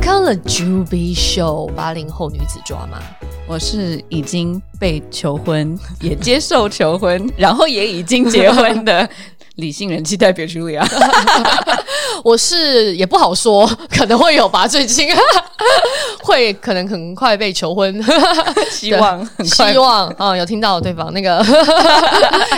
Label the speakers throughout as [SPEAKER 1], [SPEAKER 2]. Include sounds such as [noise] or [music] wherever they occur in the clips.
[SPEAKER 1] 看了《Juby Show》八零后女子抓吗？
[SPEAKER 2] 我是已经被求婚， [laughs] 也接受求婚， [laughs] 然后也已经结婚的理性人气代表 Julia。
[SPEAKER 1] 我是也不好说， [laughs] 可能会有吧。最近 [laughs] 会可能很快被求婚，
[SPEAKER 2] [laughs] 希望很快
[SPEAKER 1] 希望啊、有听到对方那
[SPEAKER 2] [laughs]
[SPEAKER 1] 个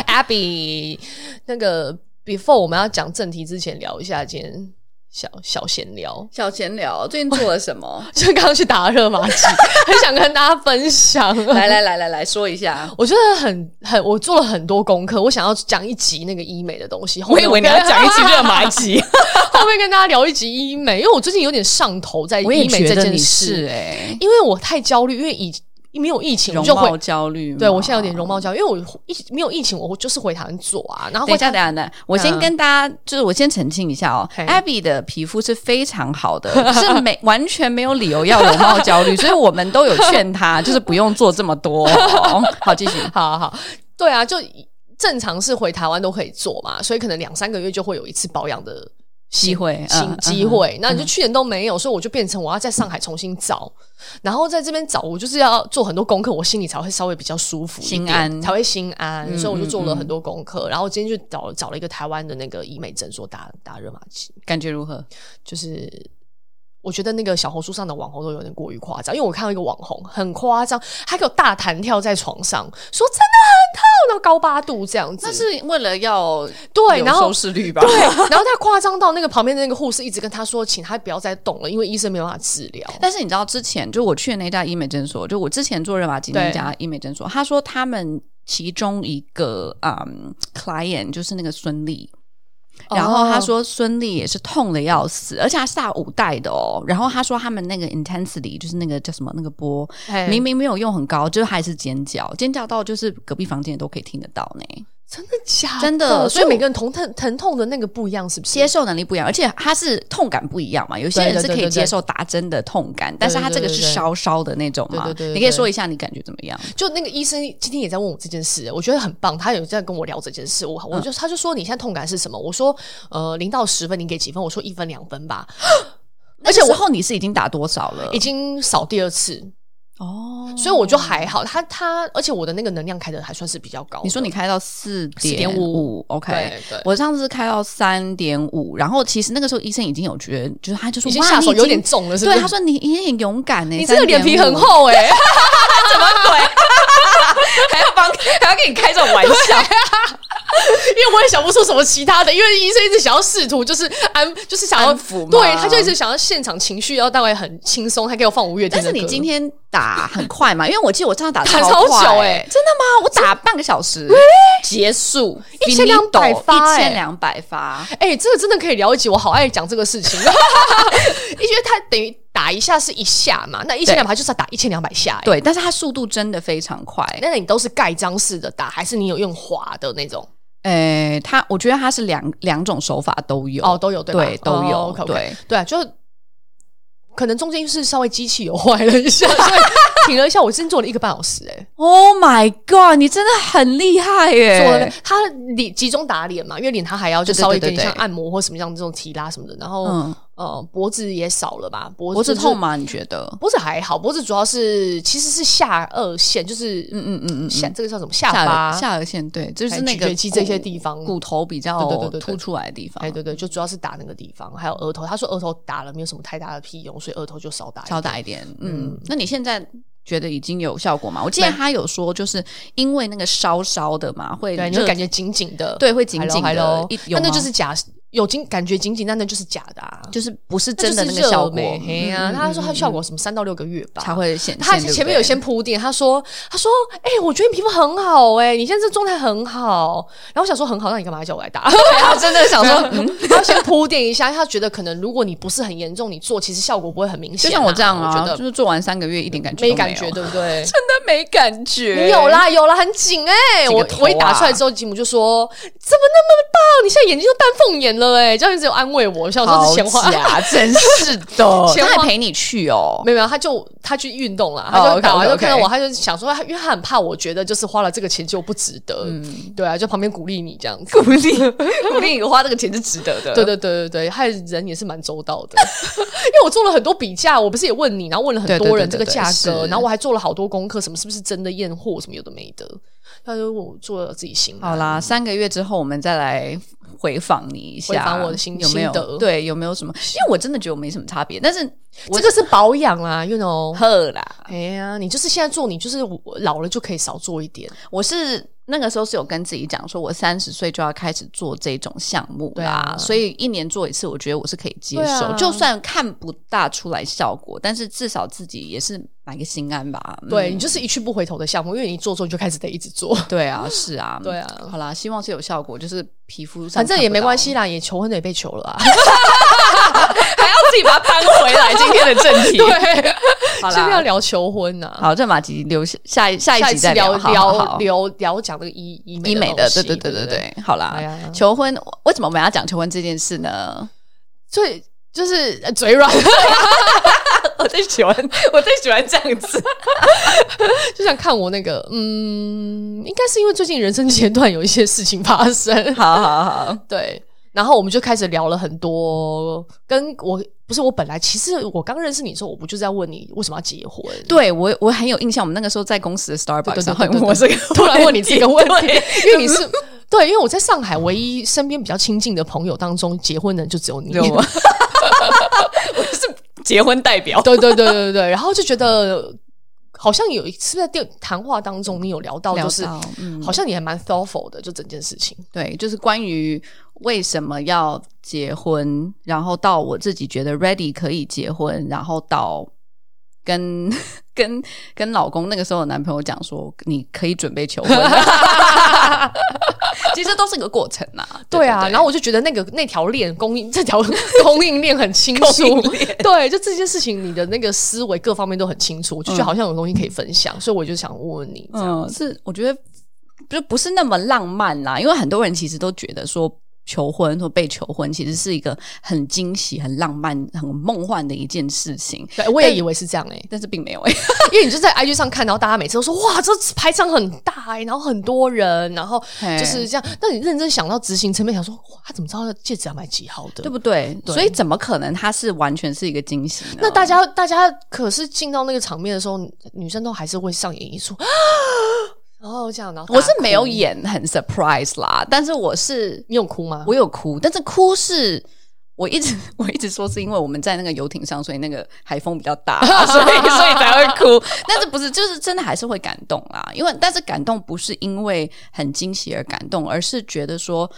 [SPEAKER 1] Abby 那个 Before 我们要讲正题之前聊一下今天小小闲聊。？
[SPEAKER 2] 小闲聊，最近做了什么 [laughs]
[SPEAKER 1] 就刚刚去打热玛吉， [laughs] 很想跟大家分享。
[SPEAKER 2] 来来来来来说一下。
[SPEAKER 1] 我觉得很很，我做了很多功课，我想要讲一集那个医美的东西。后
[SPEAKER 2] [laughs] 我
[SPEAKER 1] 面
[SPEAKER 2] 以为你要讲一期热玛
[SPEAKER 1] 吉。
[SPEAKER 2] [laughs] 吉，
[SPEAKER 1] 后面跟大家聊一集医美，因为我最近有点上头在医美这件事，
[SPEAKER 2] 哎，
[SPEAKER 1] 因为我太焦虑，因为以没有疫情我
[SPEAKER 2] 容
[SPEAKER 1] 就
[SPEAKER 2] 貌
[SPEAKER 1] 回，
[SPEAKER 2] 焦虑吗。
[SPEAKER 1] 对我现在有点容貌焦虑，因为我疫没有疫情，我就是回台湾做啊，然后
[SPEAKER 2] 等
[SPEAKER 1] 回
[SPEAKER 2] 一下，等一下，等一下，我先
[SPEAKER 1] 嗯
[SPEAKER 2] 跟大家，就是我先澄清一下哦
[SPEAKER 1] 嘿
[SPEAKER 2] ，Abby 的皮肤是非常好的， [laughs] 是没完全没有理由要容貌焦 [laughs] 虑，所以我们都有劝 [laughs] 她，就是不用做这么多 [laughs] 哦。好，继续。
[SPEAKER 1] [laughs] 好好，对啊，就正常是回台湾都可以做嘛，所以可能两三个月就会有一次保养的
[SPEAKER 2] 机会嗯
[SPEAKER 1] 新
[SPEAKER 2] 嗯
[SPEAKER 1] 机会。那你就去年都没有，所以我就变成我要在上海重新找，然后在这边找，我就是要做很多功课，我心里才会稍微比较舒服一点，
[SPEAKER 2] 心安
[SPEAKER 1] 才会心安。
[SPEAKER 2] 嗯
[SPEAKER 1] 所以我就做了
[SPEAKER 2] 嗯
[SPEAKER 1] 很多功课，然后今天就找找了一个台湾的那个医美诊所打打热玛吉，
[SPEAKER 2] 感觉如何？
[SPEAKER 1] 就是我觉得那个小红书上的网红都有点过于夸张，因为我看到一个网红很夸张，他给我大弹跳在床上，说真的很痛，然后高八度这样子，
[SPEAKER 2] 那是为了要
[SPEAKER 1] 对，
[SPEAKER 2] 有
[SPEAKER 1] 然后
[SPEAKER 2] 收。视率吧？
[SPEAKER 1] 对，然后他夸张到那个旁边的那个护士一直跟他说，请他不要再动了，因为医生没有办法治疗。
[SPEAKER 2] 但是你知道，之前就我去的那家医美诊所，就我之前做热玛吉那
[SPEAKER 1] 对
[SPEAKER 2] 家医美诊所，他说他们其中一个嗯 client 就是那个孙俪。然后
[SPEAKER 1] 哦
[SPEAKER 2] 他说孙俪也是痛的要死，而且他是打五代的哦。然后他说他们那个 intensity 就是那个叫什么那个波，
[SPEAKER 1] 嘿
[SPEAKER 2] 明明没有用很高，就是还是尖叫，尖叫到就是隔壁房间都可以听得到呢。
[SPEAKER 1] 真的假的？
[SPEAKER 2] 真的
[SPEAKER 1] 所以
[SPEAKER 2] 所以
[SPEAKER 1] 每
[SPEAKER 2] 我
[SPEAKER 1] 个人疼疼疼痛的那个不一样，是不是？
[SPEAKER 2] 接受能力不一样，而且它是痛感不一样嘛。有些人
[SPEAKER 1] 对对
[SPEAKER 2] 是
[SPEAKER 1] 对
[SPEAKER 2] 可以
[SPEAKER 1] 对对
[SPEAKER 2] 接受打针的痛感，但是它这个是
[SPEAKER 1] 对对对对
[SPEAKER 2] 烧烧的那种嘛。
[SPEAKER 1] 对对对对对
[SPEAKER 2] 你可以说一下你感觉怎么样？
[SPEAKER 1] 就那个医生今天也在问我这件事，我觉得很棒，他有在跟我聊这件事。
[SPEAKER 2] 嗯
[SPEAKER 1] 我我就、他就说你现在痛感是什么？我说呃零到十分，你给几分？我说一分两分吧，而且
[SPEAKER 2] 那个
[SPEAKER 1] 我
[SPEAKER 2] 时候你是已经打多少了？
[SPEAKER 1] 已经少第二次，
[SPEAKER 2] 哦，
[SPEAKER 1] 所以我就还好。他他而且我的那个能量开的还算是比较高的。
[SPEAKER 2] 你说你开到四点
[SPEAKER 1] 4.5
[SPEAKER 2] 五，OK。
[SPEAKER 1] 对对，
[SPEAKER 2] 我上次开到三点五，然后其实那个时候医生已经有觉得，就是他就说
[SPEAKER 1] 已经
[SPEAKER 2] 哇
[SPEAKER 1] 下
[SPEAKER 2] 你
[SPEAKER 1] 手有点重了，是不是？
[SPEAKER 2] 对，他说你你很勇敢欸呢、
[SPEAKER 1] 你这个脸皮
[SPEAKER 2] 3.5 [laughs]
[SPEAKER 1] 很，厚哎、
[SPEAKER 2] 还要帮还要跟你开这种玩笑，
[SPEAKER 1] 因为我也想不出什么其他的，因为医生一直想要试图就是安，就是想要
[SPEAKER 2] 安抚嘛
[SPEAKER 1] 对，他就一直想要现场情绪要大概很轻松，还给我放五月天的
[SPEAKER 2] 但
[SPEAKER 1] 歌。
[SPEAKER 2] 是你今天打很快嘛？因为我记得我上次打
[SPEAKER 1] 打
[SPEAKER 2] 超
[SPEAKER 1] 超久
[SPEAKER 2] 哎、
[SPEAKER 1] 欸嗯
[SPEAKER 2] 真的吗？我打半个小时结束，
[SPEAKER 1] 1200发
[SPEAKER 2] 一
[SPEAKER 1] 欸
[SPEAKER 2] 千两百发。
[SPEAKER 1] 哎、这个真的可以聊一集，我好爱讲这个
[SPEAKER 2] [laughs]
[SPEAKER 1] 事情，因为他等于打一下是一下嘛，那一千两百就是要打一千两百下、欸。，
[SPEAKER 2] 对，但是它速度真的非常快。
[SPEAKER 1] 那你都是盖章式的打，还是你有用滑的那种？
[SPEAKER 2] 诶、它我觉得它是两两种手法都有
[SPEAKER 1] 哦，都有对吧？
[SPEAKER 2] 对都有
[SPEAKER 1] 哦、o k
[SPEAKER 2] 对
[SPEAKER 1] 对啊，就可能中间是稍微机器有坏了一下，所
[SPEAKER 2] [laughs]
[SPEAKER 1] 以停了一下。我真做了一个半小时、欸，哎。
[SPEAKER 2] Oh my god！你真的很厉害耶、
[SPEAKER 1] 做了他脸集中打脸嘛，因为脸他还要就
[SPEAKER 2] 对对
[SPEAKER 1] 稍微
[SPEAKER 2] 对
[SPEAKER 1] 给
[SPEAKER 2] 对
[SPEAKER 1] 你像
[SPEAKER 2] 对
[SPEAKER 1] 按摩或什么样这种提拉什么的，然后、
[SPEAKER 2] 嗯
[SPEAKER 1] 呃脖子也少了吧，脖
[SPEAKER 2] 脖
[SPEAKER 1] 子
[SPEAKER 2] 子
[SPEAKER 1] 就是
[SPEAKER 2] 痛？吗？你觉得？
[SPEAKER 1] 脖子还好，脖子主要是其实是下颚线，就是嗯
[SPEAKER 2] 嗯嗯嗯嗯
[SPEAKER 1] 下这个叫什么下
[SPEAKER 2] 下
[SPEAKER 1] 巴
[SPEAKER 2] 颚下颚线，对，就是
[SPEAKER 1] 哎
[SPEAKER 2] 那
[SPEAKER 1] 咀
[SPEAKER 2] 个
[SPEAKER 1] 嚼肌这些
[SPEAKER 2] 骨
[SPEAKER 1] 地方
[SPEAKER 2] 骨头比较
[SPEAKER 1] 对对对对对
[SPEAKER 2] 凸出来的地方，
[SPEAKER 1] 哎，对对，就主要是打那个地方，还有额头。他说额头打了没有什么太大的屁用，所以额头就少打一点
[SPEAKER 2] 稍大一点。嗯，那你现在觉得已经有效果吗？我记得他有说，就是因为那个烧烧的嘛，会
[SPEAKER 1] 对，你
[SPEAKER 2] 热
[SPEAKER 1] 会感觉紧紧的，
[SPEAKER 2] 对会紧紧的
[SPEAKER 1] 还喽
[SPEAKER 2] 一，有
[SPEAKER 1] 那那
[SPEAKER 2] 吗
[SPEAKER 1] 就是假，有紧感觉紧紧，但那就是假的啊，
[SPEAKER 2] 就是不是
[SPEAKER 1] 那就
[SPEAKER 2] 真的
[SPEAKER 1] 是
[SPEAKER 2] 那个效
[SPEAKER 1] 热
[SPEAKER 2] 果
[SPEAKER 1] 美，嘿呀，
[SPEAKER 2] 嗯嗯
[SPEAKER 1] 他说他效果什么三到六个月吧，
[SPEAKER 2] 才会显现。
[SPEAKER 1] 他
[SPEAKER 2] 对不
[SPEAKER 1] 前面
[SPEAKER 2] 对
[SPEAKER 1] 有先铺垫，他说：“他说，哎、我觉得你皮肤很好、哎，你现在这状态很好。”然后我想说：“很好，那你干嘛叫我来打？” [laughs] 啊
[SPEAKER 2] 他真的想说，嗯
[SPEAKER 1] 他要先铺垫一下，因为他觉得可能如果你不是很严重，你做，其实效果不会很明显、
[SPEAKER 2] 就像我这样
[SPEAKER 1] 我觉
[SPEAKER 2] 啊，
[SPEAKER 1] 得
[SPEAKER 2] 就是做完三个月一点感觉都
[SPEAKER 1] 没感觉，
[SPEAKER 2] 有 [laughs]
[SPEAKER 1] 对不对？真
[SPEAKER 2] 的没感觉。
[SPEAKER 1] 你有，啦，有啦，很紧哎、
[SPEAKER 2] 几个
[SPEAKER 1] 我
[SPEAKER 2] 头啊
[SPEAKER 1] 我一打出来之后，吉姆就说：“怎么那么棒？你现在眼睛都丹凤眼了哎、这样一直有安慰我，我想说是
[SPEAKER 2] 好
[SPEAKER 1] 钱花。 [laughs]
[SPEAKER 2] 假，真是的。
[SPEAKER 1] 钱
[SPEAKER 2] 他
[SPEAKER 1] 花
[SPEAKER 2] 还陪你去
[SPEAKER 1] [laughs]
[SPEAKER 2] 哦，
[SPEAKER 1] 没有没有，他就他去运动了，
[SPEAKER 2] 哦
[SPEAKER 1] 他就打完
[SPEAKER 2] OK，OK，OK
[SPEAKER 1] 就看到我，他就想说，他因为他很怕，我觉得就是花了这个钱就不值得，对啊，就旁边鼓励你这样子，
[SPEAKER 2] 嗯鼓励鼓励你花这个钱是值得的。
[SPEAKER 1] [laughs] 对对对对对，他人也是蛮周到的， [laughs] 因为我做了很多比价，我不是也问你，然后问了很多人这
[SPEAKER 2] 对对对对
[SPEAKER 1] 个价格，
[SPEAKER 2] 是
[SPEAKER 1] 然后我还做了好多功课，什么是不是真的验货，什么有的没的，他就问我做了自己心
[SPEAKER 2] 好
[SPEAKER 1] 安。
[SPEAKER 2] 啦，三个月之后我们再来回访你一下，
[SPEAKER 1] 回访我的心
[SPEAKER 2] 有没
[SPEAKER 1] 心得
[SPEAKER 2] 有对有没有什么？因为我真的觉得我没什么差别，但是
[SPEAKER 1] 这个是保养啦，you know。
[SPEAKER 2] 呵啦，
[SPEAKER 1] 哎呀，你就是现在做，你就是老了就可以少做一点。
[SPEAKER 2] 我是那个时候是有跟自己讲说，我三十岁就要开始做这种项目
[SPEAKER 1] 对
[SPEAKER 2] 啦，
[SPEAKER 1] 啊
[SPEAKER 2] 所以一年做一次，我觉得我是可以接
[SPEAKER 1] 对
[SPEAKER 2] 受，
[SPEAKER 1] 啊
[SPEAKER 2] 就算看不大出来效果，但是至少自己也是买个心安吧。嗯
[SPEAKER 1] 对你就是一去不回头的项目，因为你做做你就开始得一直做。
[SPEAKER 2] 对啊，是啊，
[SPEAKER 1] 对啊
[SPEAKER 2] 好啦，希望是有效果，就是皮肤上
[SPEAKER 1] 反正也没关系
[SPEAKER 2] 看
[SPEAKER 1] 啦，也求婚的也被求了啊。
[SPEAKER 2] 不到， [laughs] 还要自己把它搬回来。今天的正题，
[SPEAKER 1] 对，
[SPEAKER 2] 好
[SPEAKER 1] 现在要
[SPEAKER 2] 啦。
[SPEAKER 1] 聊求婚呐、啊。
[SPEAKER 2] 好，这马吉留下下一下一
[SPEAKER 1] 下
[SPEAKER 2] 集再
[SPEAKER 1] 聊
[SPEAKER 2] 好好好
[SPEAKER 1] 聊聊聊讲那个医医
[SPEAKER 2] 医美
[SPEAKER 1] 的东
[SPEAKER 2] 的，
[SPEAKER 1] 西，
[SPEAKER 2] 对对对
[SPEAKER 1] 对
[SPEAKER 2] 对
[SPEAKER 1] 对。
[SPEAKER 2] 对，好啦
[SPEAKER 1] 哎，呀
[SPEAKER 2] 求婚为什么我们要讲求婚这件事呢？
[SPEAKER 1] 所以就是呃嘴软， [laughs]
[SPEAKER 2] 我最喜欢， [laughs] 我最喜欢这样子。
[SPEAKER 1] 就想看我那个，嗯，应该是因为最近人生阶段有一些事情发生，
[SPEAKER 2] [laughs]
[SPEAKER 1] [laughs]
[SPEAKER 2] 好好好，
[SPEAKER 1] 对。然后我们就开始聊了很多，跟我不是我本来其实我刚认识你的时候，我不就是在问你为什么要结婚？
[SPEAKER 2] 对我我很有印象，我们那个时候在公司的
[SPEAKER 1] 对
[SPEAKER 2] Starbucks
[SPEAKER 1] 对对
[SPEAKER 2] 上会
[SPEAKER 1] 对对
[SPEAKER 2] 问我这个，
[SPEAKER 1] 突然问你这个问题，
[SPEAKER 2] [laughs] 对
[SPEAKER 1] [laughs] 因为你是对，因为我在上海唯一身边比较亲近的朋友当中，结婚的人就只有你。
[SPEAKER 2] 你知道吗 [laughs] 我是结婚代
[SPEAKER 1] [laughs]
[SPEAKER 2] 表。
[SPEAKER 1] 对对对对对，然后就觉得好像有一次在电谈话当中，你有聊到，就是
[SPEAKER 2] 聊到嗯
[SPEAKER 1] 好像你还蛮 thoughtful 的，就整件事情。
[SPEAKER 2] 对，就是关于为什么要结婚，然后到我自己觉得 ready 可以结婚，然后到跟跟跟老公那个时候的男朋友讲说你可以准备求婚， [laughs] 其实都是一个过程呐、
[SPEAKER 1] 对啊，然后我就觉得那个那条链供应 [laughs] 这条供应链很清楚，
[SPEAKER 2] [laughs]
[SPEAKER 1] 对，就这件事情你的那个思维各方面都很清楚，我就觉得好像有东西可以分享，所以我就想问问你，这样、
[SPEAKER 2] 嗯，是我觉得就不是那么浪漫啦，因为很多人其实都觉得说求婚或被求婚其实是一个很惊喜、很浪漫、很梦幻的一件事情，
[SPEAKER 1] 对我也以为是这样哎、
[SPEAKER 2] 但是并没有 [laughs] 哎、
[SPEAKER 1] 因为你就在 IG 上看，然后大家每次都说哇，这排场很大哎、然后很多人，然后
[SPEAKER 2] 嘿
[SPEAKER 1] 就是这样。那你认真想到执行层面，想说哇，他怎么知道他戒指要买几号的？
[SPEAKER 2] 对啊不对？
[SPEAKER 1] 对
[SPEAKER 2] 所以怎么可能它是完全是一个惊喜呢？
[SPEAKER 1] 那大家大家可是进到那个场面的时候，女生都还是会上演一出，啊 [gasps] 然后这样，然后
[SPEAKER 2] 我
[SPEAKER 1] 大
[SPEAKER 2] 是
[SPEAKER 1] 家哭
[SPEAKER 2] 没有，演很 surprise 啦，但是我是
[SPEAKER 1] 你有哭吗？
[SPEAKER 2] 我有哭，但是哭是。我一直我一直说是因为我们在那个游艇上，所以那个海风比较大，啊所以所以才会哭。但是不是就是真的还是会感动啦？因为但是感动不是因为很惊喜而感动，而是觉得说，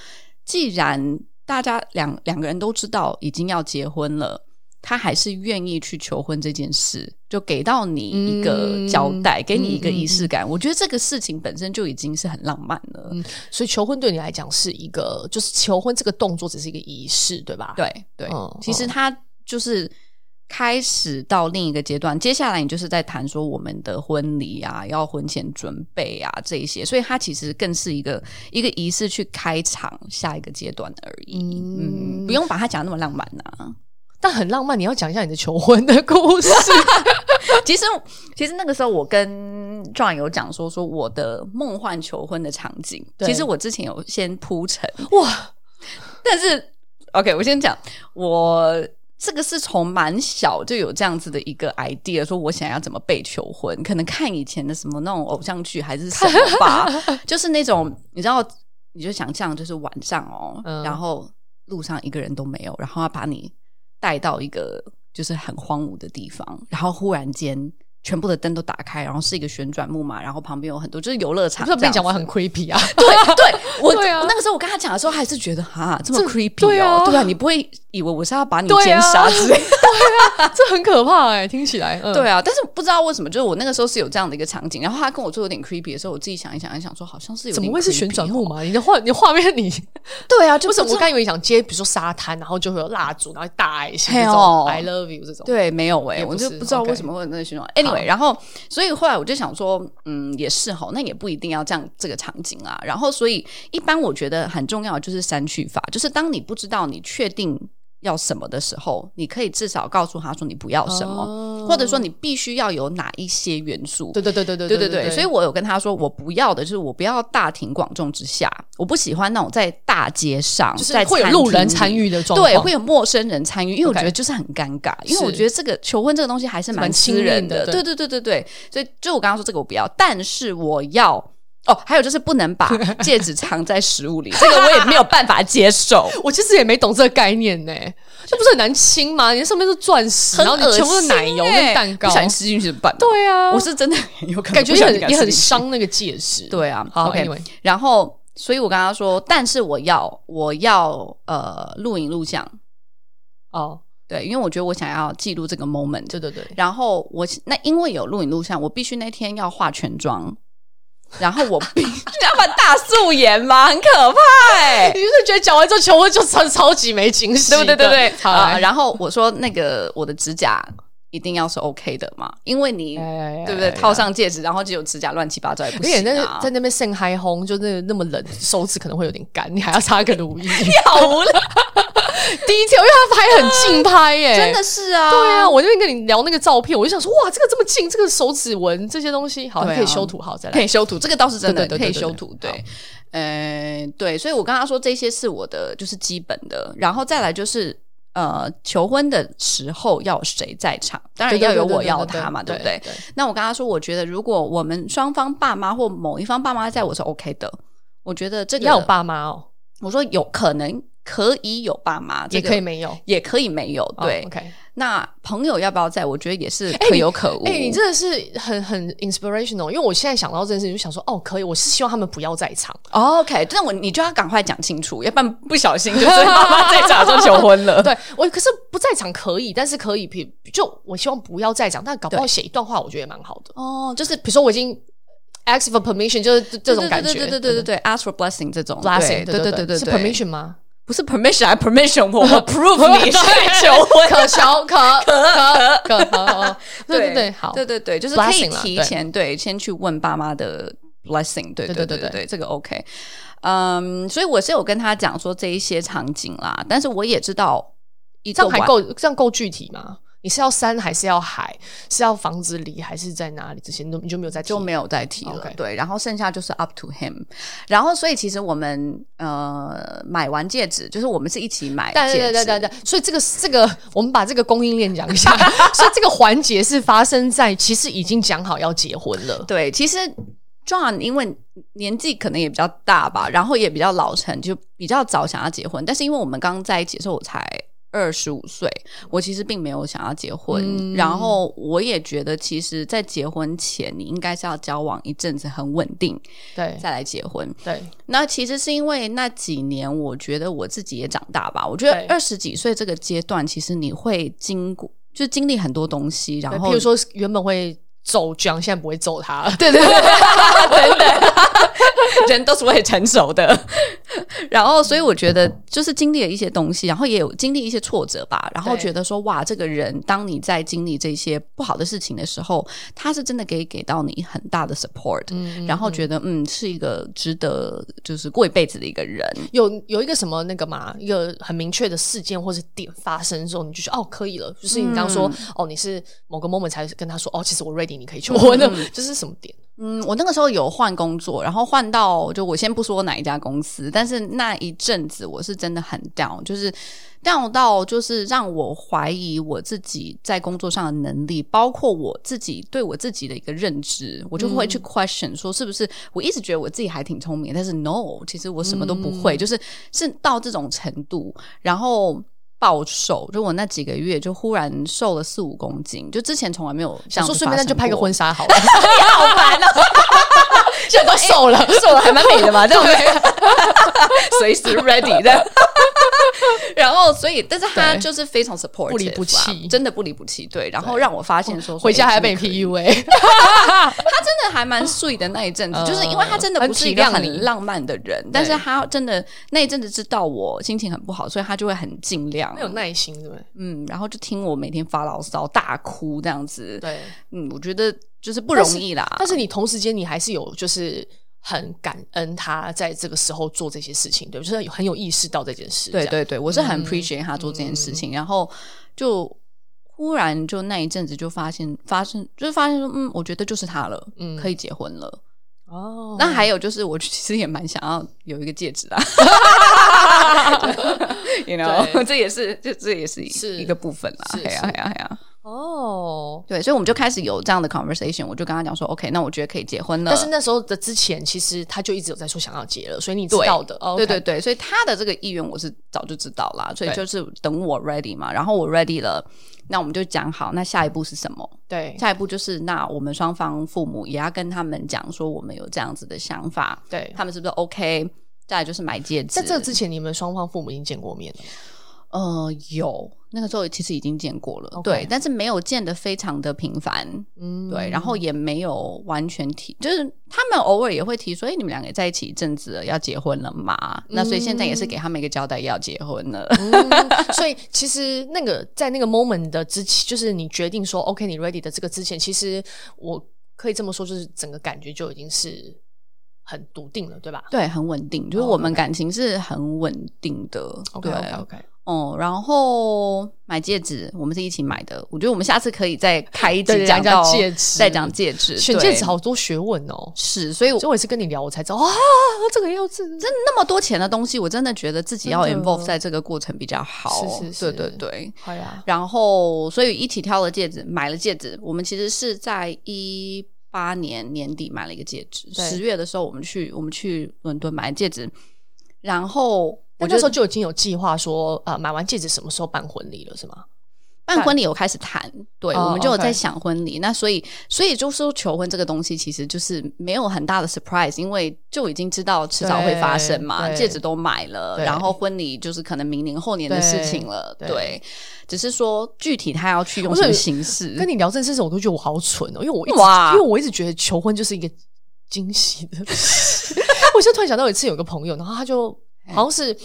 [SPEAKER 2] 既然大家两两个人都知道已经要结婚了，他还是愿意去求婚这件事，就给到你一个
[SPEAKER 1] 嗯
[SPEAKER 2] 交代，给你一个
[SPEAKER 1] 嗯嗯嗯
[SPEAKER 2] 仪式感。我觉得这个事情本身就已经是很浪漫了。
[SPEAKER 1] 所以求婚对你来讲是一个，就是求婚这个动作只是一个仪式，对吧？
[SPEAKER 2] 对对，
[SPEAKER 1] 嗯
[SPEAKER 2] 其实他就是开始到另一个阶段，接下来你就是在谈说我们的婚礼啊，要婚前准备啊这一些，所以它其实更是一个一个仪式去开场下一个阶段而已。嗯
[SPEAKER 1] 嗯
[SPEAKER 2] 不用把它讲得那么浪漫啊呐、
[SPEAKER 1] 但很浪漫。你要讲一下你的求婚的故
[SPEAKER 2] [laughs]
[SPEAKER 1] 事，
[SPEAKER 2] 其实 [laughs] 其实那个时候我跟 John 有讲说说我的梦幻求婚的场景，
[SPEAKER 1] 对
[SPEAKER 2] 其实我之前有先铺陈，
[SPEAKER 1] 哇，
[SPEAKER 2] 但是 OK，我先讲，我这个是从蛮小就有这样子的一个 idea，说我想要怎么被求婚，可能看以前的什么那种偶像剧还是什么
[SPEAKER 1] [laughs]
[SPEAKER 2] 吧，就是那种你知道，你就想象就是晚上哦，
[SPEAKER 1] 嗯
[SPEAKER 2] 然后路上一个人都没有，然后要把你带到一个就是很荒芜的地方，然后忽然间。全部的灯都打开，然后是一个旋转木马，然后旁边有很多就是游乐场
[SPEAKER 1] 不
[SPEAKER 2] 这样
[SPEAKER 1] 是
[SPEAKER 2] 子。
[SPEAKER 1] 被你讲完很 creepy 啊？ [laughs]
[SPEAKER 2] 对对，我
[SPEAKER 1] 对啊
[SPEAKER 2] 那个时候我跟他讲的时候，还是觉得哈这么
[SPEAKER 1] 这
[SPEAKER 2] creepy 哦，
[SPEAKER 1] 对
[SPEAKER 2] 对
[SPEAKER 1] 啊
[SPEAKER 2] 啊，你不会以为我是要把你
[SPEAKER 1] 对
[SPEAKER 2] 奸
[SPEAKER 1] 啊
[SPEAKER 2] 杀
[SPEAKER 1] [laughs]
[SPEAKER 2] 之类的，
[SPEAKER 1] 这很可怕哎、听起来，嗯、
[SPEAKER 2] 对啊，但是不知道为什么，就是我那个时候是有这样的一个场景，然后他跟我说有点 creepy 的时候，我自己想一想，想说好像是有
[SPEAKER 1] 怎么
[SPEAKER 2] 点
[SPEAKER 1] 会是
[SPEAKER 2] creepy
[SPEAKER 1] 旋转
[SPEAKER 2] 哦
[SPEAKER 1] 木？马？你的画，你的画面 [laughs] 你，
[SPEAKER 2] 对啊，就
[SPEAKER 1] 为什
[SPEAKER 2] 不
[SPEAKER 1] 么
[SPEAKER 2] 知
[SPEAKER 1] 我
[SPEAKER 2] 道
[SPEAKER 1] 刚以为你想接，比如说沙滩，然后就会有蜡烛，然后大爱心
[SPEAKER 2] 嘿
[SPEAKER 1] 这
[SPEAKER 2] 哦
[SPEAKER 1] 种，I love you 这种，
[SPEAKER 2] 对，没有哎、
[SPEAKER 1] 也不
[SPEAKER 2] 我就是不知道
[SPEAKER 1] OK
[SPEAKER 2] 为什么会有那个形状。Anyway，然后所以后来我就想说，嗯，也是哈，那也不一定要这样这个场景啊。然后所以一般我觉得很重要的就是删去法，就是当你不知道你确定要什么的时候，你可以至少告诉他说你不要什么，
[SPEAKER 1] 哦
[SPEAKER 2] 或者说你必须要有哪一些元素。
[SPEAKER 1] 对对对对对
[SPEAKER 2] 对
[SPEAKER 1] 对
[SPEAKER 2] 对对，所以我有跟他说，我不要的就是我不要大庭广众之下，我不喜欢那种在大街上，
[SPEAKER 1] 就是
[SPEAKER 2] 在
[SPEAKER 1] 会有
[SPEAKER 2] 餐
[SPEAKER 1] 路人
[SPEAKER 2] 厅里
[SPEAKER 1] 参与的状况，
[SPEAKER 2] 对，会有陌生人参与，因为我
[SPEAKER 1] OK
[SPEAKER 2] 觉得就是很尴尬，因为
[SPEAKER 1] 是
[SPEAKER 2] 我觉得这个求婚这个东西还是
[SPEAKER 1] 蛮
[SPEAKER 2] 蛮
[SPEAKER 1] 亲
[SPEAKER 2] 私人
[SPEAKER 1] 密的
[SPEAKER 2] 对对对对对，所以就我刚刚说这个我不要，但是我要哦，还有就是不能
[SPEAKER 1] [laughs]
[SPEAKER 2] 把戒指藏在食物里，这个我也没有办法接受。
[SPEAKER 1] 我其实也没懂这个概念呢、这不是很难清吗？你上面是钻石，[laughs]
[SPEAKER 2] 很
[SPEAKER 1] 然后你
[SPEAKER 2] 恶
[SPEAKER 1] 全部是
[SPEAKER 2] 心
[SPEAKER 1] 奶油
[SPEAKER 2] 欸
[SPEAKER 1] 跟蛋糕
[SPEAKER 2] 不，小心吃进去怎么办？
[SPEAKER 1] 对啊，
[SPEAKER 2] 我是真的很有可能
[SPEAKER 1] 感觉
[SPEAKER 2] 不
[SPEAKER 1] 也
[SPEAKER 2] 小心给
[SPEAKER 1] 很
[SPEAKER 2] 它
[SPEAKER 1] 也
[SPEAKER 2] 吃
[SPEAKER 1] 很
[SPEAKER 2] 进去。
[SPEAKER 1] 伤那个戒指。，
[SPEAKER 2] 对啊，
[SPEAKER 1] 好
[SPEAKER 2] OK，
[SPEAKER 1] ，anyway，
[SPEAKER 2] 然后所以我跟他说，但是我要我要呃录影录像，
[SPEAKER 1] 哦，
[SPEAKER 2] 对，因为我觉得我想要记录这个 moment，
[SPEAKER 1] 对对对，
[SPEAKER 2] 然后我那因为有录影录像，我必须那天要化全妆，然后我必 [laughs] 要扮大素颜吗？很可怕哎、
[SPEAKER 1] [laughs] [laughs] 你是觉得讲完之后求婚就超超级没惊喜
[SPEAKER 2] 对
[SPEAKER 1] 的，
[SPEAKER 2] 不对？对不对？
[SPEAKER 1] 好，
[SPEAKER 2] 啊
[SPEAKER 1] 来
[SPEAKER 2] 然后我说那个我的指甲一定要是 OK 的嘛，因为你、
[SPEAKER 1] 哎
[SPEAKER 2] 对不对？套。上戒指，然后就有指甲乱七八糟也
[SPEAKER 1] 有
[SPEAKER 2] 不
[SPEAKER 1] 点
[SPEAKER 2] 行
[SPEAKER 1] 在
[SPEAKER 2] 啊！
[SPEAKER 1] 在那边晒嗨烘，就那那么冷，手指可能会有点干，你还要擦个
[SPEAKER 2] [laughs]
[SPEAKER 1] 乳液。
[SPEAKER 2] 好无聊，
[SPEAKER 1] 第一天，因为他拍很近拍耶、
[SPEAKER 2] 真的。是啊，
[SPEAKER 1] 对啊，我那边跟你聊那个照片，我就想说，哇，这个这么近，这个手指纹这些东西，好，
[SPEAKER 2] 对啊
[SPEAKER 1] 可以修图，好，再
[SPEAKER 2] 可
[SPEAKER 1] 来。
[SPEAKER 2] 以修图，这个倒是真的，
[SPEAKER 1] 对对对
[SPEAKER 2] 可
[SPEAKER 1] 对
[SPEAKER 2] 以
[SPEAKER 1] 对
[SPEAKER 2] 修
[SPEAKER 1] 对
[SPEAKER 2] 图。对，呃，对，所以我跟他说这些是我的就是基本的，然后再来就是呃，求婚的时候要有谁在场，当然
[SPEAKER 1] 对对
[SPEAKER 2] 要有
[SPEAKER 1] 对
[SPEAKER 2] 我
[SPEAKER 1] 对
[SPEAKER 2] 要
[SPEAKER 1] 对
[SPEAKER 2] 他嘛，对
[SPEAKER 1] 对
[SPEAKER 2] 不对？那我跟他说，我觉得如果我们双方爸妈或某一方爸妈在我是 OK 的，我觉得这个
[SPEAKER 1] 要有，爸妈哦，
[SPEAKER 2] 我说有可能可以有爸妈，这
[SPEAKER 1] 也
[SPEAKER 2] 个
[SPEAKER 1] 可以。没有。
[SPEAKER 2] 也可以没有，
[SPEAKER 1] 哦
[SPEAKER 2] 对。
[SPEAKER 1] ，OK。
[SPEAKER 2] 那朋友要不要在？我觉得也是
[SPEAKER 1] 哎
[SPEAKER 2] 可
[SPEAKER 1] 你
[SPEAKER 2] 有可无。
[SPEAKER 1] 哎、你真的是很很 inspirational，因为我现在想到这件事情，就想说，哦，可以，我是希望他们不要在场。
[SPEAKER 2] 哦 OK，但我你就要赶快讲清楚，要不然不小心就是妈妈在假装求婚了。
[SPEAKER 1] 对我，可是不在场可以，但是可以，比就我希望不要在场，但搞不好写一段话，我觉得也蛮好的。
[SPEAKER 2] 哦，就是
[SPEAKER 1] 比如说我已经 ask for permission，就是这这种感觉，
[SPEAKER 2] 对对对对对对，ask for blessing 这种
[SPEAKER 1] blessing，
[SPEAKER 2] 对
[SPEAKER 1] 对
[SPEAKER 2] 对
[SPEAKER 1] 对
[SPEAKER 2] 对，
[SPEAKER 1] 是 permission 吗？
[SPEAKER 2] 不是 permission，还 permission，我我 prove 你是在求婚。
[SPEAKER 1] 可小
[SPEAKER 2] [laughs]
[SPEAKER 1] 可可可可，哦对对对，好，
[SPEAKER 2] 对对对，就是可以
[SPEAKER 1] Blessing 啦
[SPEAKER 2] 提
[SPEAKER 1] 对
[SPEAKER 2] 前对，先去问爸妈的 blessing，对
[SPEAKER 1] 对
[SPEAKER 2] 对
[SPEAKER 1] 对
[SPEAKER 2] 对
[SPEAKER 1] 对
[SPEAKER 2] 对，这个 OK。嗯，所以我是有跟他讲说这一些场景啦，但是我也知道一
[SPEAKER 1] 这
[SPEAKER 2] 个
[SPEAKER 1] 样还
[SPEAKER 2] 晚
[SPEAKER 1] 够，这样够具体吗？你是要山还是要海？是要房子里还是在哪里？这些你都你就没有在
[SPEAKER 2] 就没有再提了。
[SPEAKER 1] OK
[SPEAKER 2] 对，然后剩下就是 up to him。然后，所以其实我们呃买完戒指，就是我们是一起买戒
[SPEAKER 1] 但
[SPEAKER 2] 指，
[SPEAKER 1] 对对对对，所以这个这个，我们把这个供应链讲一下。 [laughs] 所以这个环节是发生在其实已经讲好要结婚了，
[SPEAKER 2] 对其实 John 因为年纪可能也比较大吧，然后也比较老成，就比较早想要结婚。但是因为我们刚在一起的时候，我才。二十五岁，我其实并没有想要结婚，
[SPEAKER 1] 嗯
[SPEAKER 2] 然后我也觉得，其实，在结婚前，你应该是要交往一阵子，很稳定，
[SPEAKER 1] 对
[SPEAKER 2] 再来结婚。
[SPEAKER 1] 对，
[SPEAKER 2] 那其实是因为那几年，我觉得我自己也长大吧。我觉得
[SPEAKER 1] 对
[SPEAKER 2] 二十几岁这个阶段，其实你会经过，就经历很多东西，然
[SPEAKER 1] 对
[SPEAKER 2] 后
[SPEAKER 1] 譬如说原本会揍姜，现在不会揍他了，[laughs]
[SPEAKER 2] 对对对，等等， [laughs] 人都是会成熟的。然后，所以我觉得就是经历了一些东西，然后也有经历一些挫折吧，然后
[SPEAKER 1] 对
[SPEAKER 2] 觉得说哇，这个人，当你在经历这些不好的事情的时候，他是真的可以给到你很大的 support，、
[SPEAKER 1] 嗯
[SPEAKER 2] 然后觉得嗯是一个值得就是过一辈子的一个人。
[SPEAKER 1] 有有一个什么那个嘛，一个很明确的事件或是点发生之后，你就说哦可以了，就是你刚刚说、
[SPEAKER 2] 嗯
[SPEAKER 1] 哦你是某个 moment 才跟他说哦，其实我 ready，你可以求 [laughs] 婚了，就是什么点？
[SPEAKER 2] 嗯，我那个时候有换工作，然后换到就我先不说哪一家公司，但是那一阵子我是真的很 down，就是 down 到就是让我怀疑我自己在工作上的能力，包括我自己对我自己的一个认知，我就
[SPEAKER 1] 嗯
[SPEAKER 2] 会去 question 说是不是我一直觉得我自己还挺聪明，但是 no，其实我什么都不会，就是是到这种程度，然后。暴瘦，就我那几个月就忽然瘦了四五公斤，就之前从来没有这
[SPEAKER 1] 想
[SPEAKER 2] 样
[SPEAKER 1] 说
[SPEAKER 2] 子
[SPEAKER 1] 顺便
[SPEAKER 2] 发
[SPEAKER 1] 那就
[SPEAKER 2] 生
[SPEAKER 1] 拍个
[SPEAKER 2] 过 [laughs]
[SPEAKER 1] 婚纱好了，
[SPEAKER 2] 好烦哦！
[SPEAKER 1] [laughs] 现在都瘦了，
[SPEAKER 2] [laughs] 瘦了还蛮美的嘛，对不对？ [laughs] 随时 ready
[SPEAKER 1] [laughs]
[SPEAKER 2] 的。然后，所以，但是他
[SPEAKER 1] 对
[SPEAKER 2] 就是非常 support，
[SPEAKER 1] 不离不弃哦
[SPEAKER 2] 真的不离不弃。对，然后让我发现
[SPEAKER 1] [laughs]
[SPEAKER 2] 说，
[SPEAKER 1] 回家还被
[SPEAKER 2] 哎这个可以
[SPEAKER 1] PUA。
[SPEAKER 2] [laughs] 他真的还蛮碎的那一阵子，
[SPEAKER 1] 嗯
[SPEAKER 2] 就是因为他真的不是一个
[SPEAKER 1] 很体谅你
[SPEAKER 2] 很浪漫的人，但是他真的那一阵子知道我心情很不好，所以他就会很尽量
[SPEAKER 1] 很，有耐心，对不对？
[SPEAKER 2] 嗯，然后就听我每天发牢骚、大哭这样子。
[SPEAKER 1] 对。
[SPEAKER 2] 嗯，我觉得就是不容易啦。
[SPEAKER 1] 但是你同时间你还是有就是很感恩他在这个时候做这些事情，对不对，就是很有意识到这件事。
[SPEAKER 2] 对
[SPEAKER 1] 这样，
[SPEAKER 2] 对对，我是很
[SPEAKER 1] 嗯
[SPEAKER 2] appreciate 他做这件事情，然后就忽然就那一阵子就发现发生，就是发现说，嗯，我觉得就是他了，
[SPEAKER 1] 嗯
[SPEAKER 2] 可以结婚了。
[SPEAKER 1] 哦
[SPEAKER 2] 那还有就是，我其实也蛮想要有一个戒
[SPEAKER 1] [laughs]
[SPEAKER 2] 指的啊，you know，
[SPEAKER 1] 对
[SPEAKER 2] 这也是这这也是一
[SPEAKER 1] 是
[SPEAKER 2] 一个部分啦。
[SPEAKER 1] 是
[SPEAKER 2] 哎呀
[SPEAKER 1] 是
[SPEAKER 2] 哎呀哎呀，
[SPEAKER 1] 哦。
[SPEAKER 2] 对，所以我们就开始有这样的 conversation，我就跟他讲说，OK，那我觉得可以结婚了。
[SPEAKER 1] 但是那时候的之前，其实他就一直有在说想要结了，所以你知
[SPEAKER 2] 对
[SPEAKER 1] 道的。哦，
[SPEAKER 2] 对对对，所以他的这个意愿我是早就知道啦，所以
[SPEAKER 1] 对
[SPEAKER 2] 就是等我 ready 嘛，然后我 ready 了，那我们就讲好，那下一步是什么？
[SPEAKER 1] 对
[SPEAKER 2] 下一步就是，那我们双方父母也要跟他们讲说，我们有这样子的想法，
[SPEAKER 1] 对。
[SPEAKER 2] 他们是不是 OK？再来就是买戒指，
[SPEAKER 1] 在这之前，你们双方父母已经见过面了吗。
[SPEAKER 2] 呃有那个时候其实已经见过了
[SPEAKER 1] OK
[SPEAKER 2] 对，但是没有见得非常的频繁，
[SPEAKER 1] 嗯
[SPEAKER 2] 对，然后也没有完全提，就是他们偶尔也会提说，哎、你们两个也在一起一阵子了，要结婚了嘛？那所以现在也是给他们一个交代，要结婚了。
[SPEAKER 1] 嗯 [laughs] 所以其实那个在那个 moment 的之前，就是你决定说 OK 你 ready 的这个之前，其实我可以这么说，就是整个感觉就已经是很笃定了，对吧
[SPEAKER 2] 对，很稳定，就是
[SPEAKER 1] 哦
[SPEAKER 2] 我们
[SPEAKER 1] OK
[SPEAKER 2] 感情是很稳定的。
[SPEAKER 1] ？OK
[SPEAKER 2] 对
[SPEAKER 1] OK OK，
[SPEAKER 2] 哦、然后买戒指，我们是一起买的。我觉得我们下次可以再开一
[SPEAKER 1] 对
[SPEAKER 2] 集讲
[SPEAKER 1] 讲
[SPEAKER 2] 到
[SPEAKER 1] 戒指
[SPEAKER 2] 再讲戒指，
[SPEAKER 1] 选
[SPEAKER 2] 对
[SPEAKER 1] 戒指好多学问哦。
[SPEAKER 2] 是，所以我
[SPEAKER 1] 所以我也是跟你聊，我才知道啊，这个要这真
[SPEAKER 2] 那么多钱的东西，我真的觉得自己要
[SPEAKER 1] 真的
[SPEAKER 2] involve 在这个过程比较好。
[SPEAKER 1] 是是是
[SPEAKER 2] 对对对。啊
[SPEAKER 1] 好呀，
[SPEAKER 2] 然后，所以一起挑了戒指，买了戒指。我们其实是在一八年年底买了一个戒指，
[SPEAKER 1] 对
[SPEAKER 2] 十月的时候我们去我们去伦敦买戒指，然后
[SPEAKER 1] 我那
[SPEAKER 2] 我就
[SPEAKER 1] 时候就已经有计划说，呃，买完戒指什么时候办婚礼了，是吗？
[SPEAKER 2] 办婚礼有开始谈，对，
[SPEAKER 1] 哦
[SPEAKER 2] 我们就有
[SPEAKER 1] OK
[SPEAKER 2] 在想婚礼。那所以，所以就是说求婚这个东西，其实就是没有很大的 surprise，因为就已经知道迟早会发生嘛，
[SPEAKER 1] 对对
[SPEAKER 2] 戒指都买了，
[SPEAKER 1] 对
[SPEAKER 2] 然后婚礼就是可能明年后年的事情了，
[SPEAKER 1] 对
[SPEAKER 2] 对。
[SPEAKER 1] 对
[SPEAKER 2] 只是说具体他要去用
[SPEAKER 1] 不是
[SPEAKER 2] 什么形式，
[SPEAKER 1] 跟你聊这件事情，我都觉得我好蠢哦，因为我一直，
[SPEAKER 2] 哇
[SPEAKER 1] 因为我一直觉得求婚就是一个惊喜的 [laughs] 事。我现在突然想到有一次有个朋友，然后他就好像是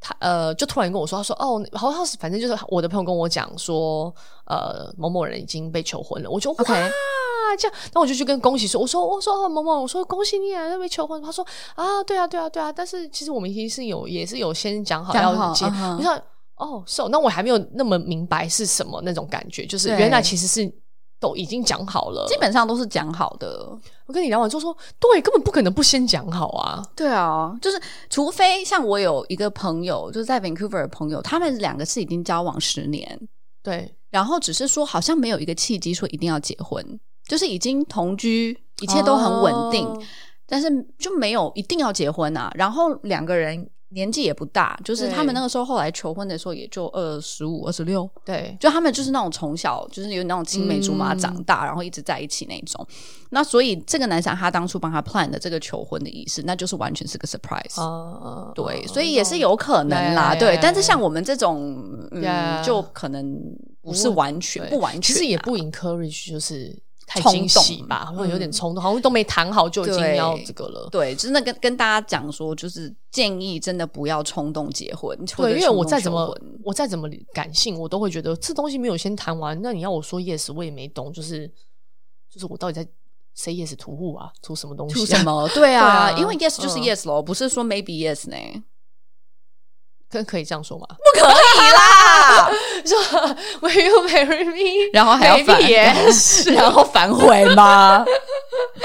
[SPEAKER 1] 他呃，就突然跟我说，他说哦，好像是反正就是我的朋友跟我讲说，呃，某某人已经被求婚了，我就
[SPEAKER 2] OK
[SPEAKER 1] 哇。这样，然后我就去跟恭喜说，我说我说、哦、某某，我说恭喜你啊，那没求婚。他说啊，对啊，对啊，对啊。但是其实我们已经是有，也是有先讲好
[SPEAKER 2] 讲
[SPEAKER 1] 要
[SPEAKER 2] 好
[SPEAKER 1] 结。
[SPEAKER 2] 嗯哼
[SPEAKER 1] 我想哦，是哦，那我还没有那么明白是什么那种感觉，就是
[SPEAKER 2] 对
[SPEAKER 1] 原来其实是都已经讲好了。
[SPEAKER 2] 基本上都是讲好的。
[SPEAKER 1] 我跟你聊完之后说，对，根本不可能不先讲好啊。
[SPEAKER 2] 对啊，就是除非像我有一个朋友，就是在 Vancouver 的朋友，他们两个是已经交往十年，
[SPEAKER 1] 对，
[SPEAKER 2] 然后只是说好像没有一个契机说一定要结婚，就是已经同居，一切都很稳定，
[SPEAKER 1] 哦
[SPEAKER 2] 但是就没有一定要结婚啊。然后两个人年纪也不大，就是
[SPEAKER 1] 对
[SPEAKER 2] 他们那个时候后来求婚的时候也就二十五、二十六，
[SPEAKER 1] 对，
[SPEAKER 2] 就他们就是那种从小就是有那种青梅竹马
[SPEAKER 1] 嗯
[SPEAKER 2] 长大，然后一直在一起那种。那所以这个男生他当初帮他 plan 的这个求婚的仪式，那就是完全是个 surprise。
[SPEAKER 1] 啊，
[SPEAKER 2] 对，
[SPEAKER 1] 啊
[SPEAKER 2] 所以也是有可能啦，
[SPEAKER 1] 对
[SPEAKER 2] 对。但是像我们这种，嗯，
[SPEAKER 1] Yeah
[SPEAKER 2] 就可能不是完全
[SPEAKER 1] 对
[SPEAKER 2] 不完全啊，
[SPEAKER 1] 其实也不 encourage 就是太
[SPEAKER 2] 冲
[SPEAKER 1] 惊喜
[SPEAKER 2] 动
[SPEAKER 1] 吧，好像有点
[SPEAKER 2] 嗯
[SPEAKER 1] 冲动，好像都没谈好就已经
[SPEAKER 2] 对
[SPEAKER 1] 要这个了。
[SPEAKER 2] 对，真的跟跟大家讲说，就是建议真的不要冲动结婚，或者
[SPEAKER 1] 对，因为我
[SPEAKER 2] 冲动
[SPEAKER 1] 再怎么
[SPEAKER 2] 求
[SPEAKER 1] [laughs]
[SPEAKER 2] 婚
[SPEAKER 1] 我再怎么感性，我都会觉得这东西没有先谈完，那你要我说 yes，我也没懂，就是就是我到底在 say yes to who 啊，to 什么东西、
[SPEAKER 2] 图
[SPEAKER 1] 啊？
[SPEAKER 2] 什？么？对啊，
[SPEAKER 1] 对啊
[SPEAKER 2] 因为 yes 就是
[SPEAKER 1] 嗯
[SPEAKER 2] yes 咯，不是说 maybe yes
[SPEAKER 1] [laughs]
[SPEAKER 2] 呢？
[SPEAKER 1] 可可以这样说吗？
[SPEAKER 2] 不可以啦！
[SPEAKER 1] 说 Will you marry me？
[SPEAKER 2] 然后还要
[SPEAKER 1] Maybe
[SPEAKER 2] 反，
[SPEAKER 1] yes
[SPEAKER 2] 然后反 [laughs] 悔吗？ [laughs]